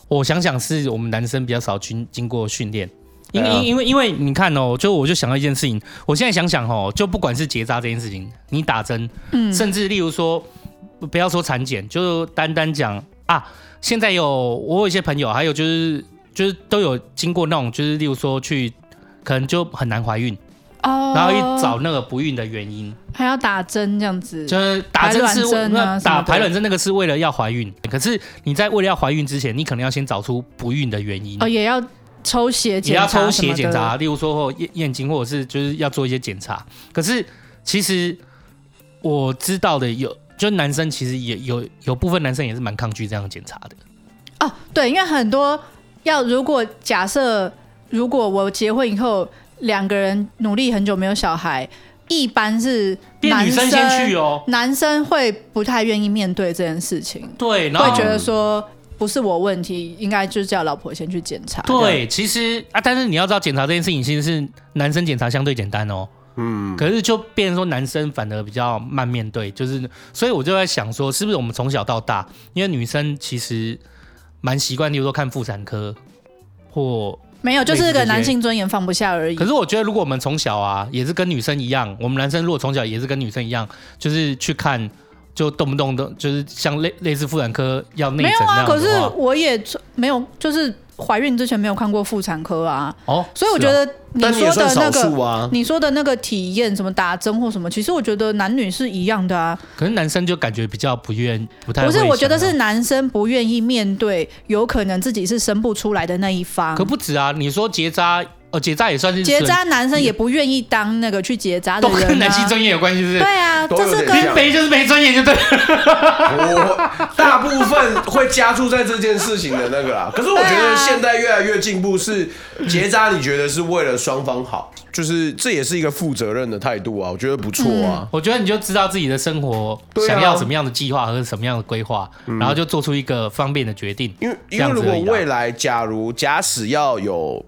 [SPEAKER 4] 我想想是我们男生比较少经经过训练，因为
[SPEAKER 2] 对啊
[SPEAKER 4] 因因为因为你看哦，就我就想到一件事情，我现在想想哦，就不管是结扎这件事情，你打针，
[SPEAKER 3] 嗯，
[SPEAKER 4] 甚至例如说，不要说产检，就单单讲啊，现在有我有一些朋友，还有就是就是都有经过那种，就是例如说去，可能就很难怀孕，
[SPEAKER 3] 哦，
[SPEAKER 4] 然后一找那个不孕的原因，
[SPEAKER 3] 还要打针这样子，
[SPEAKER 4] 就是打针
[SPEAKER 3] 排
[SPEAKER 4] 是
[SPEAKER 3] 卵针啊
[SPEAKER 4] 那
[SPEAKER 3] 什么
[SPEAKER 4] 打
[SPEAKER 3] 的
[SPEAKER 4] 排卵针那个是为了要怀孕，可是你在为了要怀孕之前，你可能要先找出不孕的原因
[SPEAKER 3] 哦，。也要抽血
[SPEAKER 4] 也
[SPEAKER 3] 检
[SPEAKER 4] 要
[SPEAKER 3] 查什么
[SPEAKER 4] 抽
[SPEAKER 3] 的，
[SPEAKER 4] 血检查，例如说或验验睛，或者是就是要做一些检查。可是其实我知道的有，就男生其实也有有部分男生也是蛮抗拒这样的检查的。
[SPEAKER 3] 哦，对，因为很多要如果假设如果我结婚以后两个人努力很久没有小孩，一般是
[SPEAKER 4] 变
[SPEAKER 3] 男
[SPEAKER 4] 女生先去哦，
[SPEAKER 3] 男生会不太愿意面对这件事情，
[SPEAKER 4] 对，然
[SPEAKER 3] 会
[SPEAKER 4] 后
[SPEAKER 3] 觉得说不是我问题，应该就是叫老婆先去检查。
[SPEAKER 4] 对，其实啊，但是你要知道检查这件事情其实是男生检查相对简单哦，
[SPEAKER 2] 嗯，
[SPEAKER 4] 可是就变成说男生反而比较慢面对，就是所以我就在想说，是不是我们从小到大，因为女生其实蛮习惯，例如说看妇产科或
[SPEAKER 3] 没有，就
[SPEAKER 4] 类
[SPEAKER 3] 是
[SPEAKER 4] 似这
[SPEAKER 3] 个
[SPEAKER 4] 些
[SPEAKER 3] 男性尊严放不下而已。
[SPEAKER 4] 可是我觉得，如果我们从小啊，也是跟女生一样，我们男生如果从小也是跟女生一样，就是去看，就动不动的，就是像类类似妇产科要内
[SPEAKER 3] 没
[SPEAKER 4] 诊
[SPEAKER 3] 有
[SPEAKER 4] 那
[SPEAKER 3] 啊，
[SPEAKER 4] 样
[SPEAKER 3] 可是
[SPEAKER 4] 的话，
[SPEAKER 3] 我也没有，就是怀孕之前没有看过妇产科啊，
[SPEAKER 4] 哦，
[SPEAKER 3] 所以我
[SPEAKER 4] 是
[SPEAKER 3] 觉
[SPEAKER 4] 哦
[SPEAKER 3] 得你
[SPEAKER 2] 但你也
[SPEAKER 3] 说
[SPEAKER 2] 算
[SPEAKER 3] 的
[SPEAKER 2] 少
[SPEAKER 3] 那个
[SPEAKER 2] 数啊。
[SPEAKER 3] 你说的那个体验，什么打针或什么，其实我觉得男女是一样的啊。
[SPEAKER 4] 可是男生就感觉比较不愿，不太
[SPEAKER 3] 不是，
[SPEAKER 4] 会
[SPEAKER 3] 我觉得
[SPEAKER 4] 想啊
[SPEAKER 3] 是
[SPEAKER 4] 要。
[SPEAKER 3] 男生不愿意面对，有可能自己是生不出来的那一方
[SPEAKER 4] 可。不止啊！你说结扎，哦，结扎也算是
[SPEAKER 3] 结
[SPEAKER 4] 损，
[SPEAKER 3] 扎男生也不愿意当那个去结扎的
[SPEAKER 4] 都
[SPEAKER 3] 人、啊，
[SPEAKER 4] 跟男性尊严有关系，是不
[SPEAKER 3] 对
[SPEAKER 4] 是？
[SPEAKER 3] 啊，
[SPEAKER 2] 都
[SPEAKER 3] 这
[SPEAKER 2] 有点
[SPEAKER 3] 是跟
[SPEAKER 2] 像
[SPEAKER 4] 没就是没尊严，就对了。
[SPEAKER 2] 我大部分会加注在这件事情的那个 啦。可是我觉
[SPEAKER 3] 对
[SPEAKER 2] 得
[SPEAKER 3] 啊
[SPEAKER 2] 现在越来越进步，是结扎，你觉得是为了双方好，就是这也是一个负责任的态度啊，我觉得不错啊。
[SPEAKER 4] 我觉得你就知道自己的生活
[SPEAKER 2] 对啊
[SPEAKER 4] 想要什么样的计划和什么样的规划，然后就做出一个方便的决定。
[SPEAKER 2] 啊嗯因为
[SPEAKER 4] 这
[SPEAKER 2] 因为
[SPEAKER 4] 样子
[SPEAKER 2] 如果
[SPEAKER 4] 而已啦啊
[SPEAKER 2] 未来假如假使要有。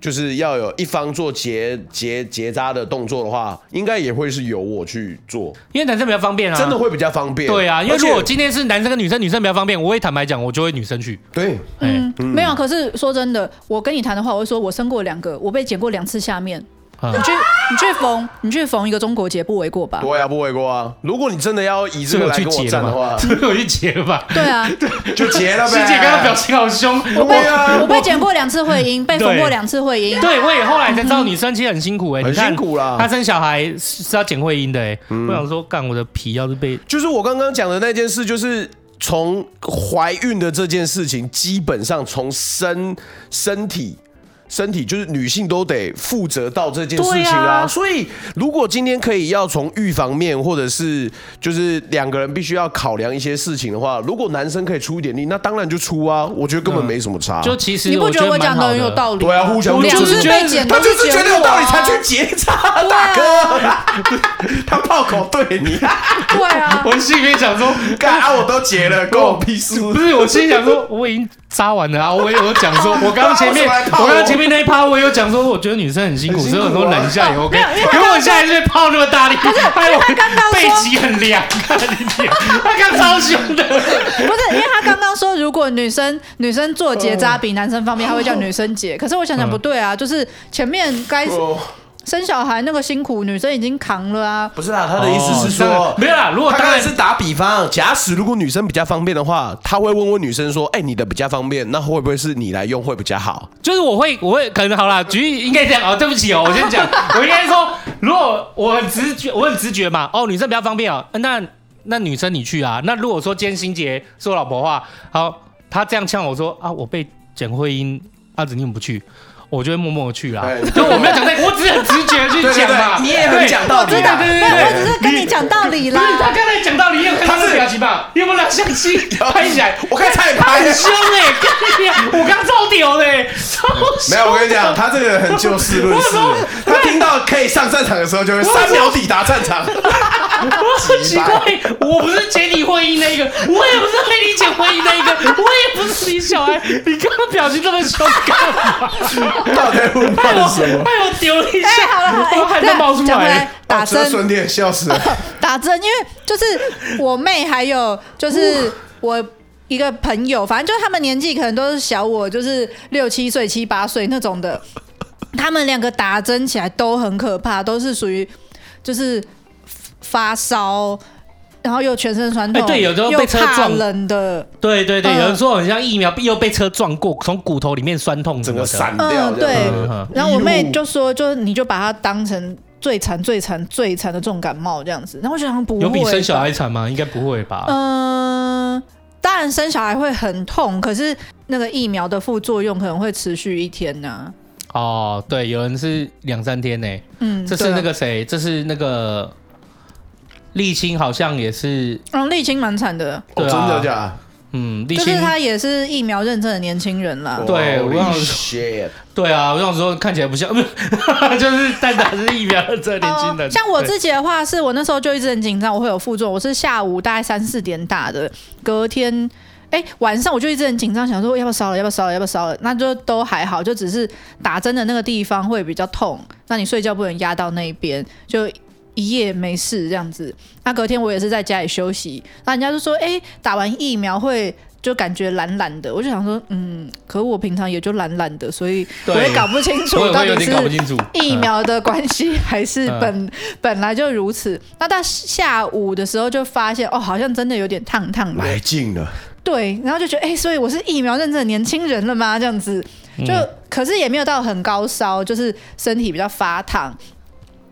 [SPEAKER 2] 就是要有一方做结结结扎的动作的话，应该也会是由我去做，
[SPEAKER 4] 因为男生比较方便啊，
[SPEAKER 2] 真的会比较方便。
[SPEAKER 4] 对啊，因为
[SPEAKER 2] 而且
[SPEAKER 4] 如果今天是男生跟女生，女生比较方便，我会坦白讲，我就会女生去。
[SPEAKER 2] 对
[SPEAKER 4] 哎、
[SPEAKER 3] 嗯没有。可是说真的，我跟你谈的话，我会说我生过两个，我被剪过两次下面。
[SPEAKER 4] 嗯
[SPEAKER 3] 你去你去缝，你去缝一个中国结不为过吧？
[SPEAKER 2] 对啊，不为过啊。如果你真的要以这个
[SPEAKER 4] 有
[SPEAKER 2] 来
[SPEAKER 4] 去
[SPEAKER 2] 跟我
[SPEAKER 4] 结
[SPEAKER 2] 战的话
[SPEAKER 4] 吧，，这个有去结了吧？
[SPEAKER 3] 对啊，
[SPEAKER 2] 就结了呗。
[SPEAKER 4] 师姐刚刚表情好凶，
[SPEAKER 2] 我
[SPEAKER 4] 我
[SPEAKER 2] 对啊，
[SPEAKER 3] 我被剪过两次会阴，被缝
[SPEAKER 4] 对
[SPEAKER 3] 过两次会阴。
[SPEAKER 4] 对我也后来才知道女生其实很辛苦哎、
[SPEAKER 2] 很
[SPEAKER 4] 你看
[SPEAKER 2] 辛苦啦嗯
[SPEAKER 4] 她生小孩是要剪会阴的哎、我想说干我的皮要是被
[SPEAKER 2] 就是我刚刚讲的那件事，就是从怀孕的这件事情，基本上从身身体。身体就是女性都得负责到这件事情啦、
[SPEAKER 4] 对啊
[SPEAKER 2] 所以如果今天可以要从预防面，或者是就是两个人必须要考量一些事情的话，如果男生可以出一点力，那当然就出啊，我觉得根本没什么差。
[SPEAKER 4] 就其实
[SPEAKER 3] 嗯你不
[SPEAKER 4] 觉
[SPEAKER 3] 觉得我
[SPEAKER 4] 蛮
[SPEAKER 3] 讲的
[SPEAKER 4] 好的
[SPEAKER 3] 很有道理吗？
[SPEAKER 2] 对啊，互相
[SPEAKER 4] 我
[SPEAKER 3] 两
[SPEAKER 2] 就
[SPEAKER 4] 就是
[SPEAKER 3] 次
[SPEAKER 4] 觉
[SPEAKER 3] 被
[SPEAKER 4] 得
[SPEAKER 3] 剪
[SPEAKER 2] 他
[SPEAKER 3] 都
[SPEAKER 2] 就是觉
[SPEAKER 3] 剪
[SPEAKER 2] 得有
[SPEAKER 3] 我
[SPEAKER 2] 道理
[SPEAKER 3] 啊
[SPEAKER 2] 才去结扎，大 哥，他炮口对你，
[SPEAKER 3] 对啊，
[SPEAKER 4] 我心里面想说，
[SPEAKER 2] 干啊，我都结了，关我屁事。
[SPEAKER 4] 不是，我心里想说，我已经扎完了啊！我也有讲 说，我刚刚前面，
[SPEAKER 2] 我来
[SPEAKER 4] 我
[SPEAKER 2] 泡我
[SPEAKER 4] 刚刚前面那一趴，我有讲说，我觉得女生很辛苦，
[SPEAKER 2] 很辛苦
[SPEAKER 4] 所
[SPEAKER 2] 啊
[SPEAKER 4] 以我说忍一下也 OK
[SPEAKER 3] 没有因为。他
[SPEAKER 4] 可
[SPEAKER 3] 刚
[SPEAKER 4] 我
[SPEAKER 3] 刚
[SPEAKER 4] 现在是泡那么大力，不是，哎，我背脊很凉，看你脸，他刚超凶的。
[SPEAKER 3] 不是，因为他刚刚说，如果女生女生做结扎比男生方便，他会叫女生结。可是我想想
[SPEAKER 4] 嗯
[SPEAKER 3] 不对啊，就是前面该
[SPEAKER 2] 哦
[SPEAKER 3] 生小孩那个辛苦，女生已经扛了啊。
[SPEAKER 2] 不是啦，他的意思是说，
[SPEAKER 4] 哦没有啦，如果
[SPEAKER 2] 他
[SPEAKER 4] 当
[SPEAKER 2] 刚才
[SPEAKER 4] 然
[SPEAKER 2] 是打比方，假使如果女生比较方便的话，他会问问女生说：“哎、你的比较方便，那会不会是你来用会比较好
[SPEAKER 4] 就是我会，我会可能好啦，举例应该这样哦。对不起哦，我先讲，我应该说，如果我很直觉，我很直觉嘛，哦，女生比较方便哦，那那女生你去啊。那如果说今天心杰是我老婆的话，好，她这样呛我说啊，我被简慧英阿紫你怎么不去？我就会默默的去啦
[SPEAKER 2] 哎，
[SPEAKER 4] 就我没有讲在，我只是很直觉地去
[SPEAKER 2] 对对
[SPEAKER 4] 讲嘛。
[SPEAKER 2] 对你也很
[SPEAKER 4] 对
[SPEAKER 2] 讲道理
[SPEAKER 4] 对
[SPEAKER 2] 啦
[SPEAKER 4] 对
[SPEAKER 3] 没
[SPEAKER 4] 对
[SPEAKER 3] 有，
[SPEAKER 4] 对
[SPEAKER 3] 哎我
[SPEAKER 4] 对。
[SPEAKER 3] 只是跟你讲道理
[SPEAKER 4] 不是他
[SPEAKER 3] 啦。
[SPEAKER 4] 刚才讲道理，你有看他
[SPEAKER 2] 他
[SPEAKER 4] 的
[SPEAKER 2] 是
[SPEAKER 4] 表情吧？你有没有拿相机拍起来？
[SPEAKER 2] 我刚才差点拍了嗯
[SPEAKER 4] 他很凶哎、欸！干你娘我刚超屌的、欸，超？”
[SPEAKER 2] 没
[SPEAKER 4] 凶
[SPEAKER 2] 有，我跟你讲，他这个人很就事论事
[SPEAKER 4] 我说，
[SPEAKER 2] 他听到可以上战场的时候，就会三秒抵达战场。
[SPEAKER 4] 我很奇怪，我不是解你婚姻那一个，我也不是黑你解婚姻那一个，我也不是你小孩，你刚刚表情这么凶干嘛？
[SPEAKER 2] 到底在问
[SPEAKER 4] 害
[SPEAKER 2] 他什
[SPEAKER 4] 我
[SPEAKER 2] 么？
[SPEAKER 4] 害我丢了一
[SPEAKER 3] 哎、
[SPEAKER 4] 下，
[SPEAKER 3] 好了好
[SPEAKER 4] 我
[SPEAKER 3] 了，哎
[SPEAKER 4] 汗
[SPEAKER 3] 对
[SPEAKER 4] 都冒出
[SPEAKER 3] 讲回
[SPEAKER 4] 来
[SPEAKER 3] 来
[SPEAKER 4] 了。
[SPEAKER 3] 打
[SPEAKER 2] 真
[SPEAKER 3] 针
[SPEAKER 2] 损点笑死了。
[SPEAKER 3] 打针，因为就是我妹还有就是我。一个朋友，反正就是他们年纪可能都是小我，就是六七岁、七八岁那种的。他们两个打针起来都很可怕，都是属于就是发烧，然后又全身酸痛，
[SPEAKER 4] 哎对有时候
[SPEAKER 3] 又
[SPEAKER 4] 被车
[SPEAKER 3] 怕
[SPEAKER 4] 撞
[SPEAKER 3] 冷的，
[SPEAKER 4] 对对对，
[SPEAKER 3] 嗯
[SPEAKER 4] 有人说很像疫苗又被车撞过，从骨头里面酸痛 什
[SPEAKER 2] 整
[SPEAKER 4] 么
[SPEAKER 2] 个
[SPEAKER 4] 的，
[SPEAKER 2] 散掉
[SPEAKER 3] 嗯
[SPEAKER 2] 这样子。
[SPEAKER 4] 嗯嗯
[SPEAKER 3] 然后我妹就说，就是你就把它当成最惨、最惨、最惨的重感冒这样子。然后我就想不会吧，
[SPEAKER 4] 有比生小孩惨吗？应该不会吧？
[SPEAKER 3] 嗯、当然生小孩会很痛，可是那个疫苗的副作用可能会持续一天呢、
[SPEAKER 4] 哦，对，有人是两三天呢、欸
[SPEAKER 3] 嗯，
[SPEAKER 4] 这
[SPEAKER 3] 对
[SPEAKER 4] 是
[SPEAKER 3] 啊
[SPEAKER 4] 那，个谁？这是那个沥青，好像也是，
[SPEAKER 3] 嗯，沥青蛮惨的，
[SPEAKER 2] 哦
[SPEAKER 4] 对啊
[SPEAKER 2] 真的假的？
[SPEAKER 4] 嗯，沥
[SPEAKER 3] 就
[SPEAKER 4] 青
[SPEAKER 3] 是，他也是疫苗认证的年轻人啦。
[SPEAKER 4] 对我
[SPEAKER 2] 哦 Holy
[SPEAKER 4] 忘了
[SPEAKER 2] shit
[SPEAKER 4] 对啊，我想说看起来不像， 就是但打是疫苗的这年轻
[SPEAKER 3] 哦
[SPEAKER 4] 人。
[SPEAKER 3] 像我
[SPEAKER 4] 对
[SPEAKER 3] 自己的话，是我那时候就一直很紧张，我会有副作用。我是下午大概三四点打的，隔天哎、晚上我就一直很紧张，想说要不要烧了，要不要烧了，要不要烧了。那就都还好，就只是打针的那个地方会比较痛，那你睡觉不能压到那一边，就。一夜没事这样子，那隔天我也是在家里休息。那人家就说，哎、打完疫苗会就感觉懒懒的，我就想说，嗯，可我平常也就懒懒的，所以我
[SPEAKER 4] 对
[SPEAKER 3] 也搞不清楚
[SPEAKER 4] 我也
[SPEAKER 3] 到
[SPEAKER 4] 会有
[SPEAKER 3] 底
[SPEAKER 4] 点
[SPEAKER 3] 是
[SPEAKER 4] 搞不清楚
[SPEAKER 3] 疫苗的关系，还是
[SPEAKER 4] 嗯
[SPEAKER 3] 本、本来就如此。那到下午的时候就发现，哦，好像真的有点烫烫的，
[SPEAKER 2] 来劲了，
[SPEAKER 3] 对，然后就觉得，哎、所以我是疫苗认证的年轻人了吗？这样子，
[SPEAKER 4] 嗯
[SPEAKER 3] 就、可是也没有到很高烧，就是身体比较发烫。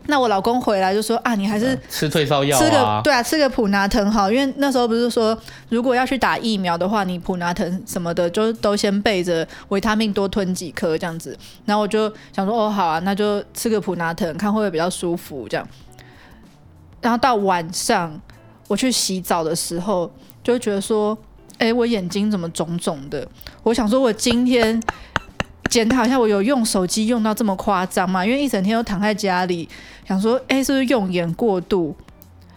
[SPEAKER 3] 那我老公回来就说啊，你还是
[SPEAKER 4] 吃退烧药
[SPEAKER 3] 吃个、
[SPEAKER 4] 啊，
[SPEAKER 3] 对啊，吃个普拿疼好，因为那时候不是说如果要去打疫苗的话，你普拿疼什么的就都先备着，维他命多吞几颗这样子。然后我就想说，哦，好啊，那就吃个普拿疼，看会不会比较舒服这样。然后到晚上我去洗澡的时候，就会觉得说，哎，我眼睛怎么肿肿的？我想说，我今天。检讨一下，我有用手机用到这么夸张吗？因为一整天都躺在家里，想说，哎、是不是用眼过度？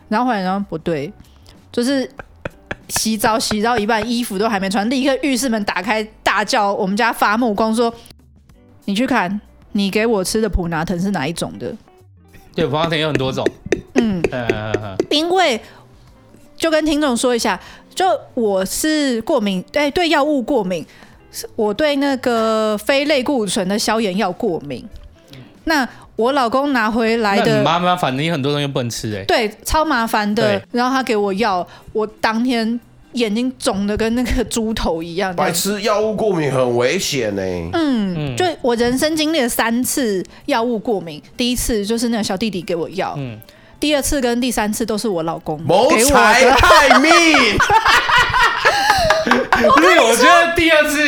[SPEAKER 3] 然后后来然后不对，就是洗澡洗到一半，衣服都还没穿，立刻浴室门打开，大叫我们家发木工说：“你去看，你给我吃的普拿疼是哪一种的
[SPEAKER 4] 对，普拉疼有很多种。？”
[SPEAKER 3] 嗯，
[SPEAKER 4] 嗯嗯嗯
[SPEAKER 3] 因为就跟听众说一下，就我是过敏，哎，对药物过敏，是我对那个非类固醇的消炎药过敏。那我老公拿回来
[SPEAKER 4] 那
[SPEAKER 3] 的，
[SPEAKER 4] 你妈妈反正有很啊多东西不能吃哎。
[SPEAKER 3] 对，超麻烦的
[SPEAKER 4] 对。
[SPEAKER 3] 然后他给我药，我当天眼睛肿的跟那个猪头一样。
[SPEAKER 2] 白吃药物过敏很危险呢。
[SPEAKER 3] 嗯，就我人生经历了三次药物过敏，第一次就是那个小弟弟给我药，
[SPEAKER 4] 嗯
[SPEAKER 3] 第二次跟第三次都是我老公
[SPEAKER 2] 谋
[SPEAKER 3] 给我
[SPEAKER 2] 财
[SPEAKER 3] 的。
[SPEAKER 2] 害命，
[SPEAKER 4] 不是，我觉得第二次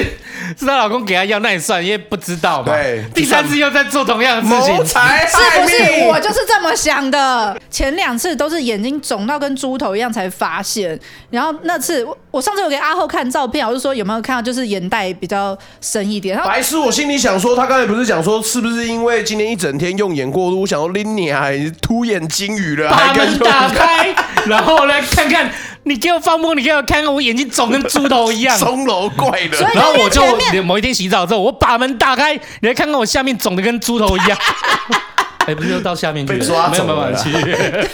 [SPEAKER 4] 是她老公给她药，那也算，因为不知道嘛。
[SPEAKER 2] 对
[SPEAKER 4] 第三次又在做同样的事
[SPEAKER 2] 谋
[SPEAKER 4] 情。
[SPEAKER 2] 财
[SPEAKER 3] 是
[SPEAKER 2] 害
[SPEAKER 3] 不是
[SPEAKER 2] 命，
[SPEAKER 3] 我就是这么想的？前两次都是眼睛肿到跟猪头一样才发现，然后那次我我上次有给阿后看照片，我就说有没有看到就是眼袋比较深一点，然后
[SPEAKER 2] 白痴！我心里想说，他刚才不是讲说，是不是因为今天一整天用眼过度？我想说，拎你啊，你突眼金鱼了，
[SPEAKER 4] 把
[SPEAKER 2] 还跟
[SPEAKER 4] 门打开，然后来看看，你给我放风，你给我看看，我眼睛肿跟猪头 一样。
[SPEAKER 2] 钟楼怪的
[SPEAKER 3] 所以，
[SPEAKER 4] 然后我就
[SPEAKER 3] 前面
[SPEAKER 4] 某一天洗澡之后，我把门打开，你来看看我下面肿的跟猪头一样。 哎，不是又到下面去了？
[SPEAKER 2] 被抓
[SPEAKER 4] 没有
[SPEAKER 2] 走
[SPEAKER 4] 没有
[SPEAKER 2] 了
[SPEAKER 4] 没 有
[SPEAKER 2] 啦
[SPEAKER 4] 其实，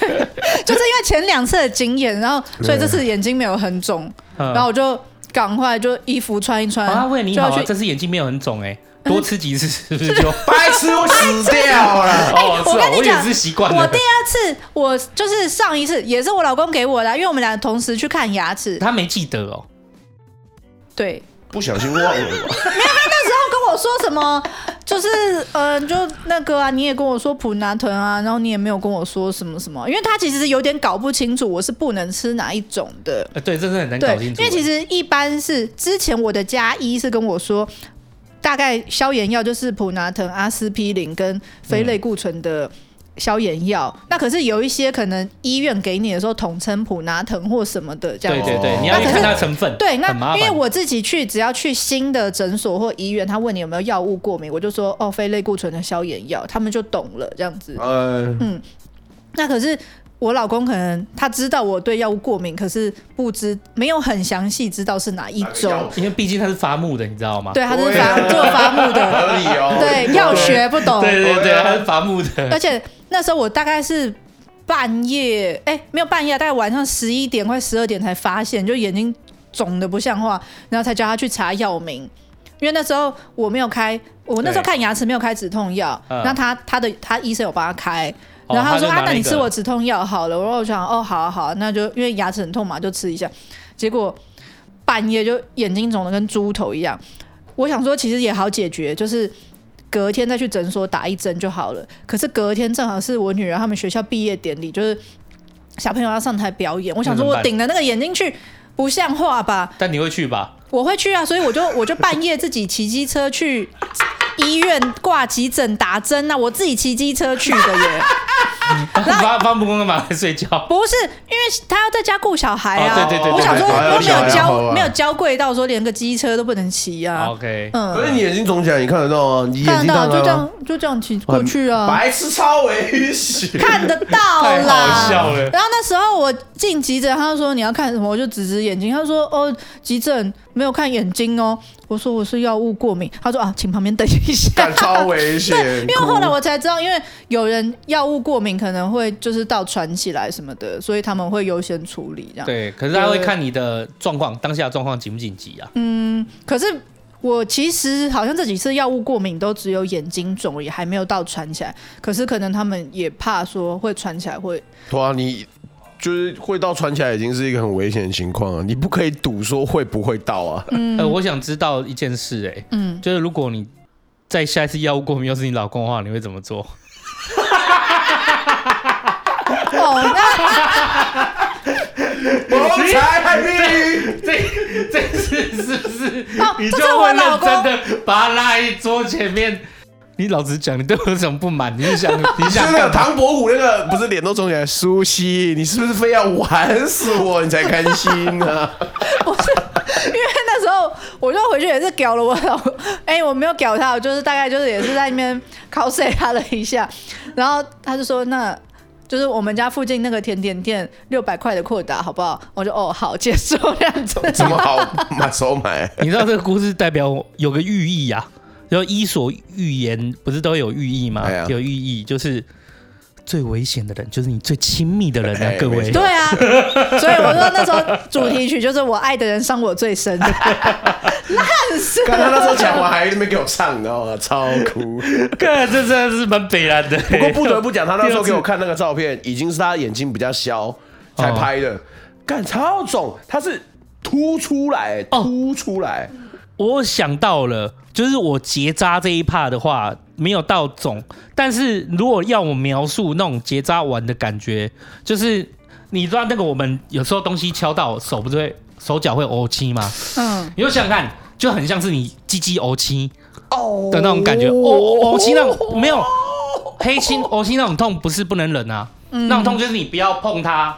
[SPEAKER 3] 就是因为前两次的经验，然后所以这次眼睛没有很肿，
[SPEAKER 4] 嗯
[SPEAKER 3] 然后我就赶快就衣服穿一穿，
[SPEAKER 4] 啊，为了你
[SPEAKER 3] 就
[SPEAKER 4] 好
[SPEAKER 3] 要
[SPEAKER 4] 啊，
[SPEAKER 3] 去
[SPEAKER 4] 这次眼睛没有很肿哎，多吃几次是不是就？
[SPEAKER 2] 白痴，我死掉了。
[SPEAKER 3] 哎、
[SPEAKER 4] 哦，是
[SPEAKER 3] 我
[SPEAKER 4] 啊
[SPEAKER 3] 跟，
[SPEAKER 4] 我
[SPEAKER 3] 你
[SPEAKER 4] 也
[SPEAKER 3] 讲，
[SPEAKER 4] 是习惯
[SPEAKER 3] 我
[SPEAKER 4] 了
[SPEAKER 3] 第。二次，我就是上一次也是我老公给我的啊，因为我们俩同时去看牙齿。
[SPEAKER 4] 他没记得哦，
[SPEAKER 3] 对，
[SPEAKER 2] 不小心忘了吧？
[SPEAKER 3] 那时候跟我说什么，就是呃，就那个啊，你也跟我说普拿疼啊，然后你也没有跟我说什么什么，因为他其实是有点搞不清楚我是不能吃哪一种的。
[SPEAKER 4] 呃对，这是很难
[SPEAKER 3] 对
[SPEAKER 4] 搞，清
[SPEAKER 3] 因
[SPEAKER 4] 楚。
[SPEAKER 3] 为其实一般是之前我的加医是跟我说，大概消炎药就是普拿疼、阿司匹林跟非类固醇的消炎药。
[SPEAKER 4] 嗯
[SPEAKER 3] 那可是有一些可能医院给你的时候统称普拿疼或什么的这样
[SPEAKER 4] 对
[SPEAKER 3] 子。
[SPEAKER 4] 对对，
[SPEAKER 2] 哦
[SPEAKER 4] 你要
[SPEAKER 3] 那可是
[SPEAKER 4] 看它的成分，
[SPEAKER 3] 对，
[SPEAKER 4] 很麻
[SPEAKER 3] 那
[SPEAKER 4] 烦
[SPEAKER 3] 因为我自己去，只要去新的诊所或医院，他问你有没有药物过敏，我就说哦，非类固醇的消炎药，他们就懂了这样子。
[SPEAKER 4] 哦
[SPEAKER 2] 呃，
[SPEAKER 3] 那可是我老公可能他知道我对药物过敏，可是不知没有很详细知道是哪一种。
[SPEAKER 4] 因为毕竟它是伐木的，你知道吗？
[SPEAKER 3] 对，他是
[SPEAKER 2] 对
[SPEAKER 3] 伐
[SPEAKER 2] 啊
[SPEAKER 3] 做伐木
[SPEAKER 2] 合
[SPEAKER 3] 的，
[SPEAKER 2] 理哦。
[SPEAKER 3] 对，药学不懂。
[SPEAKER 4] 对对
[SPEAKER 2] 对
[SPEAKER 4] 对，
[SPEAKER 2] 啊
[SPEAKER 4] 它是伐木的
[SPEAKER 3] 而。且那时候我大概是半夜，哎、没有半夜，大概晚上十一点快十二点才发现，就眼睛肿的不像话，然后才叫他去查药名，因为那时候我没有开，我那时候看牙齿没有开止痛药，
[SPEAKER 4] 嗯
[SPEAKER 3] 那他他的他医生有帮他开，
[SPEAKER 4] 哦
[SPEAKER 3] 然后
[SPEAKER 4] 他
[SPEAKER 3] 说
[SPEAKER 4] 就拿
[SPEAKER 3] 啊，那你
[SPEAKER 4] 那个
[SPEAKER 3] 吃我止痛药好了。然后我想哦，好啊好啊，那就因为牙齿很痛嘛，就吃一下。结果半夜就眼睛肿的跟猪头一样，我想说其实也好解决，就是。隔天再去诊所打一针就好了。可是隔天正好是我女儿他们学校毕业典礼，就是小朋友要上台表演。我想说，
[SPEAKER 4] 那怎么
[SPEAKER 3] 我
[SPEAKER 4] 办
[SPEAKER 3] 顶着那个眼睛去，不像话吧？
[SPEAKER 4] 但你会去吧？
[SPEAKER 3] 我会去啊，所以我就我就半夜自己骑机车去医院挂急诊打针啊，我自己骑机车去的耶，
[SPEAKER 4] 发发不公干嘛？睡觉？
[SPEAKER 3] 不是因为他要在家顾小孩啊，
[SPEAKER 4] 哦对对对
[SPEAKER 3] 我想说
[SPEAKER 2] 对对对
[SPEAKER 3] 我没
[SPEAKER 2] 小孩
[SPEAKER 3] 有
[SPEAKER 2] 好
[SPEAKER 3] 教
[SPEAKER 2] 啊
[SPEAKER 3] 没有教贵到说连个机车都不能骑啊，
[SPEAKER 4] OK，
[SPEAKER 2] 可是
[SPEAKER 3] 嗯，
[SPEAKER 2] 你眼睛肿起来，你看得到啊，你眼
[SPEAKER 3] 看
[SPEAKER 2] 睛
[SPEAKER 3] 得到就
[SPEAKER 2] 看
[SPEAKER 3] 这
[SPEAKER 2] 到啊
[SPEAKER 3] 样就这样骑过去啊，
[SPEAKER 2] 白痴超危险。
[SPEAKER 3] 看得到
[SPEAKER 4] 太好
[SPEAKER 3] 啦。
[SPEAKER 4] 笑 了。
[SPEAKER 3] 然后那时候我进急诊，他就说你要看什么，我就指指眼睛。他说哦，急诊没有看眼睛哦。我说我是药物过敏。他说啊，请旁边等一 下。
[SPEAKER 2] 干超危险，
[SPEAKER 3] 因为后来我才知道，因为有人药物过敏可能会就是到传起来什么的，所以他们会优先处理这样。
[SPEAKER 4] 对，可是他会看你的状况，当下的状况紧不紧急啊？
[SPEAKER 3] 可是我其实好像这几次药物过敏都只有眼睛肿，也还没有到传起来。可是可能他们也怕说会传起来 会，
[SPEAKER 2] 对啊，你就是会到传起来已经是一个很危险的情况啊，你不可以赌说会不会到啊。
[SPEAKER 4] 呃，我想知道一件事、哎，
[SPEAKER 3] 嗯，
[SPEAKER 4] 就是如果你在下一次药物过敏又是你老公的话，你会怎么做？
[SPEAKER 3] 哦，那
[SPEAKER 2] 谋财命，
[SPEAKER 4] 这这次是不是
[SPEAKER 3] 哦
[SPEAKER 4] 你
[SPEAKER 3] 这
[SPEAKER 4] 就是
[SPEAKER 3] 我
[SPEAKER 4] 会认
[SPEAKER 3] 老
[SPEAKER 4] 真
[SPEAKER 3] 公
[SPEAKER 4] 的把他拉一桌前面？你老实讲，你对我有什么不满？你是 想你
[SPEAKER 2] 就是
[SPEAKER 4] 想
[SPEAKER 2] 那
[SPEAKER 4] 干
[SPEAKER 2] 个
[SPEAKER 4] 嘛？
[SPEAKER 2] 唐伯虎那个，不是脸都肿起来，苏西，你是不是非要玩死我你才甘心呢、 啊？
[SPEAKER 3] 因为 那时候我就回去也是屌了我老 公，哎、我没有屌他，我就是大概就是也是在那边 cos 他了一下，然后他就说那。就是我们家附近那个甜点店六百块的扩打，好不好？我就哦好接受这样子。
[SPEAKER 2] 怎么好买手买？
[SPEAKER 4] 你知道这个故事代表有个寓意啊，就伊索寓言不是都有寓意吗？
[SPEAKER 2] 哎呀
[SPEAKER 4] 有寓意就是最危险的人就是你最亲密的人啊，
[SPEAKER 2] 哎
[SPEAKER 4] 各
[SPEAKER 2] 没
[SPEAKER 4] 位
[SPEAKER 2] 错。
[SPEAKER 3] 对啊，所以我说那时候主题曲就是我爱的人伤我最深，烂死
[SPEAKER 2] 刚他那时候
[SPEAKER 3] 了。
[SPEAKER 2] 讲完还在那边给我唱，你知道吗？超哭。
[SPEAKER 4] 看，这真的是蛮北蓝的、
[SPEAKER 2] 不过不得不讲，他那时候给
[SPEAKER 4] 第二
[SPEAKER 2] 我
[SPEAKER 4] 次
[SPEAKER 2] 看那个照片，已经是他眼睛比较消才拍的，干超肿，他是凸出来，
[SPEAKER 4] 哦
[SPEAKER 2] 凸出来，
[SPEAKER 4] 我想到了，就是我结扎这一趴的话，没有到肿，但是如果要我描述那种结扎完的感觉，就是你知道那个我们有时候东西敲到手不是会手脚会哦青吗？
[SPEAKER 3] 嗯，
[SPEAKER 4] 你就想想看，就很像是你鸡鸡哦青
[SPEAKER 2] 哦
[SPEAKER 4] 的那种感觉，哦哦青那种没有黑青哦青那种痛不是不能忍啊，
[SPEAKER 2] 嗯
[SPEAKER 4] 那种痛就是你不要碰它，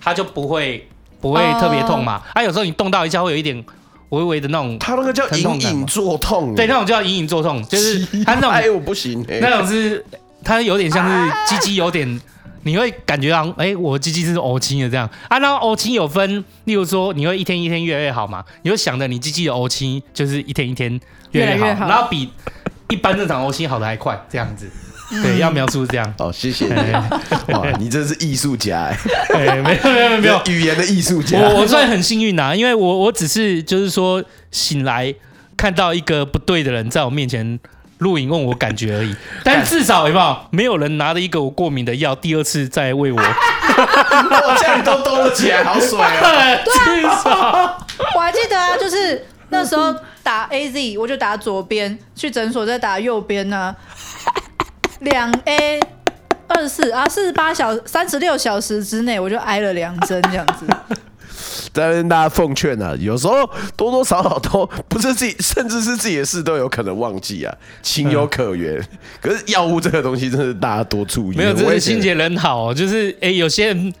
[SPEAKER 4] 它就不会不会
[SPEAKER 2] 哦
[SPEAKER 4] 特别痛嘛。啊，有时候你动到一下会有一点微微的那种。
[SPEAKER 2] 他那个叫
[SPEAKER 4] 疼
[SPEAKER 2] 隐
[SPEAKER 4] 痛感
[SPEAKER 2] 隐
[SPEAKER 4] 吗
[SPEAKER 2] 作痛，
[SPEAKER 4] 对，那种叫隐隐作痛，就是它那
[SPEAKER 2] 哎，
[SPEAKER 4] 种
[SPEAKER 2] 我不行，哎
[SPEAKER 4] 那种是它有点像是鸡鸡有点，你会感觉到哎、我鸡鸡是欧青的这样啊。那欧青有分，例如说你会一天一天越来越好嘛，你会想着你鸡鸡的欧青就是一天一天越
[SPEAKER 3] 越
[SPEAKER 4] 来
[SPEAKER 3] 来
[SPEAKER 4] 越
[SPEAKER 3] 越
[SPEAKER 4] 好，
[SPEAKER 3] 好
[SPEAKER 4] 然后比一般正常欧青好的还快，这样子。对，要描述是这 样。
[SPEAKER 2] 好，谢谢你，哇，你真是艺术家，哎，
[SPEAKER 4] 哎，没有没 有没有没有，
[SPEAKER 2] 语言的艺术家，
[SPEAKER 4] 我我算很幸运呐、因为我我只是就是说醒来看到一个不对的人在我面前录影，问我感觉而已。但至少有没有没有人拿着一个我过敏的药，第二次再喂我，
[SPEAKER 2] 我这样你都兜得起来，好水哦。
[SPEAKER 4] 至少
[SPEAKER 3] 我还记得啊，就是那时候打 A Z，我就打左边，去诊所再打右边呢、 两 A 二十四啊，四十八小三十六小时之内我就挨了两针这样 子。
[SPEAKER 2] 在那边大家奉劝啊，有时候多多少少都不是自己，甚至是自己的事都有可能忘记啊，情有可原。可是药物这个东西，真的大家多注意。
[SPEAKER 4] 嗯没有，
[SPEAKER 2] 很
[SPEAKER 4] 真
[SPEAKER 2] 危
[SPEAKER 4] 是
[SPEAKER 2] 险
[SPEAKER 4] 心杰人好、哦，就是哎、有些人。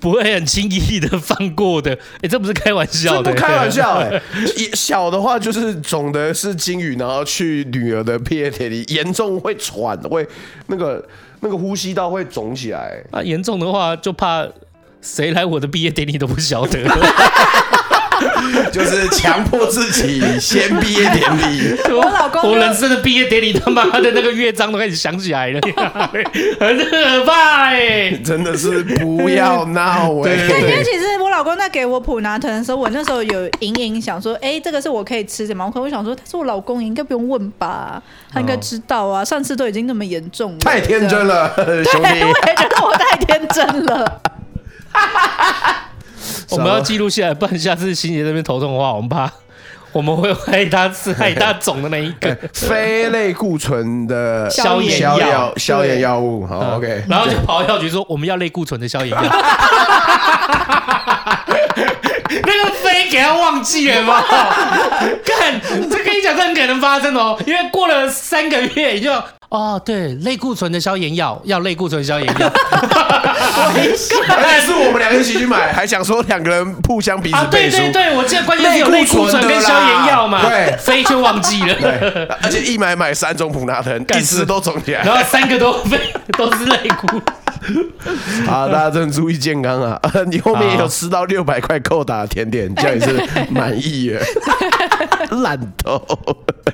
[SPEAKER 4] 不会很轻易的放过的，哎、这不是开玩
[SPEAKER 2] 这
[SPEAKER 4] 笑的、
[SPEAKER 2] 不开玩笑哎、 一小的话就是肿的是金鱼，然后去女儿的毕业典礼，严重会喘，会那个那个呼吸道会肿起来。
[SPEAKER 4] 啊！严重的话，就怕谁来我的毕业典礼都不晓得。
[SPEAKER 2] 就是强迫自己先毕业典礼。
[SPEAKER 3] 我老公就
[SPEAKER 4] 我人生的毕业典礼，他妈的那个乐章都开始想起来了， 很可怕哎、 欸
[SPEAKER 2] 真的是不要闹哎、欸
[SPEAKER 4] 对对
[SPEAKER 3] 因
[SPEAKER 4] 对
[SPEAKER 3] 为其实我老公在给我普拿疼的时候，我那时候有隐隐想说，哎、这个是我可以吃的吗？我可我想说，他是我老公，应该不用问吧？他应该知道啊，上次都已经那么严重了，
[SPEAKER 2] 哦太天
[SPEAKER 3] 这
[SPEAKER 2] 真。
[SPEAKER 3] 样
[SPEAKER 2] 了，兄
[SPEAKER 3] 对，
[SPEAKER 2] 弟。
[SPEAKER 3] 我也觉得我太天 真了。
[SPEAKER 4] 我们要记录下来，不然下次欣姐这边头痛的话，我们怕我们会害她 是害她肿的那一个
[SPEAKER 2] 非类固醇的
[SPEAKER 3] 消炎
[SPEAKER 2] 消
[SPEAKER 4] 药
[SPEAKER 2] 药嗯消炎药物，好 OK。
[SPEAKER 4] 然后就跑到药局说我们要类固醇的消炎 药。那个飞给他忘记了吗？看，这跟你讲，这很可能发生哦，因为过了三个月，你就哦，对，类固醇的消炎药要类固醇消炎 药
[SPEAKER 2] 原来是我们两个一起去买，还想说两个人互相彼
[SPEAKER 4] 啊
[SPEAKER 2] 此，背
[SPEAKER 4] 对
[SPEAKER 2] 书。
[SPEAKER 4] 对对，我记得关键是有类
[SPEAKER 2] 类
[SPEAKER 4] 固
[SPEAKER 2] 固醇
[SPEAKER 4] 醇
[SPEAKER 2] 的啦
[SPEAKER 4] 跟消炎药嘛，
[SPEAKER 2] 对
[SPEAKER 4] 飞就忘记了。
[SPEAKER 2] 对 而且一买买三种普拿疼，
[SPEAKER 4] 干
[SPEAKER 2] 一次都肿起来。
[SPEAKER 4] 然后三个都被都是类固，
[SPEAKER 2] 好，啊大家真的注意健康啊！ 你后面也有吃到六百块扣打的甜点，这样也 是满意耶。烂透，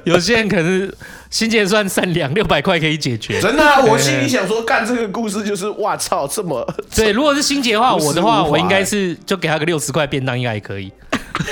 [SPEAKER 4] 有些人可能心结算善良，六百块可以解决。
[SPEAKER 2] 真的 啊、我心里想说，干这个故事就是，哇操，这么
[SPEAKER 4] 对，如果是心结的话，
[SPEAKER 2] 无私
[SPEAKER 4] 我的话
[SPEAKER 2] 无华
[SPEAKER 4] 我应该是就给他个六十块便当，应该也可以。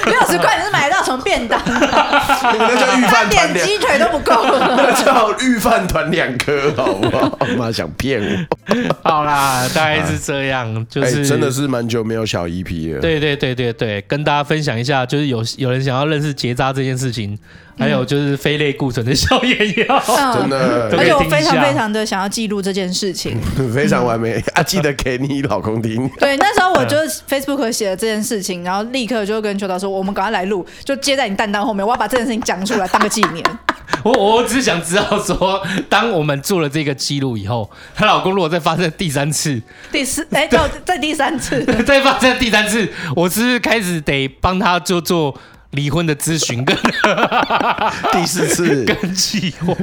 [SPEAKER 3] 六十块你是买得到什么便当啊？
[SPEAKER 2] 你 们那叫预
[SPEAKER 3] 三
[SPEAKER 2] 饭团
[SPEAKER 3] 点
[SPEAKER 2] 两，
[SPEAKER 3] 鸡腿都不够了。
[SPEAKER 2] 那叫预饭团两颗，好不 好？妈想骗我，
[SPEAKER 4] 好啦，大概是这 样，就
[SPEAKER 2] 哎、
[SPEAKER 4] 是
[SPEAKER 2] 真的。是蛮久没有小 EP 了。
[SPEAKER 4] 对对对对对，跟大家分享一下，就是有有人想要认识结扎这件事情，还有就是非类固醇的消炎药。
[SPEAKER 2] 真的嗯
[SPEAKER 3] 嗯而
[SPEAKER 4] 都 可以
[SPEAKER 3] 且我
[SPEAKER 4] 听一
[SPEAKER 3] 非常
[SPEAKER 4] 下
[SPEAKER 3] 非常的想要记录这件事情。
[SPEAKER 2] 非常完美啊！记得给你老公 听。
[SPEAKER 3] 对，那时候我就 Facebook 写了这件事情，然后立刻就跟邱导说，我们赶快来录，就接在你蛋蛋后面，我要把这件事情讲出来，当个纪念。
[SPEAKER 4] 我我只是想知道说，当我们做了这个记录以后，她老公如果再发生第三次，
[SPEAKER 3] 第四，哎，到在第三次，
[SPEAKER 4] 再发生第三次，我是不是开始得帮他做做离婚的咨询 跟，
[SPEAKER 2] 第四次
[SPEAKER 4] 跟计划？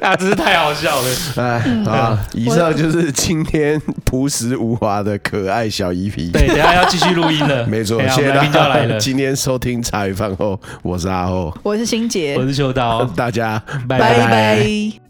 [SPEAKER 4] 啊，真是太好笑了！
[SPEAKER 2] 哎，
[SPEAKER 4] 嗯
[SPEAKER 2] 啊，以上就是今天朴实无华的可爱小 EP。
[SPEAKER 4] 对，等一下要继续录音了，
[SPEAKER 2] 没错
[SPEAKER 4] 哎，呀
[SPEAKER 2] 谢谢
[SPEAKER 4] 我
[SPEAKER 2] 大
[SPEAKER 4] 们来宾就要来
[SPEAKER 2] 家
[SPEAKER 4] 了。
[SPEAKER 2] 今天收听茶余饭后，我是阿后，
[SPEAKER 3] 我是心杰
[SPEAKER 4] 我，是秋刀，
[SPEAKER 2] 大家
[SPEAKER 4] 拜
[SPEAKER 3] 拜拜。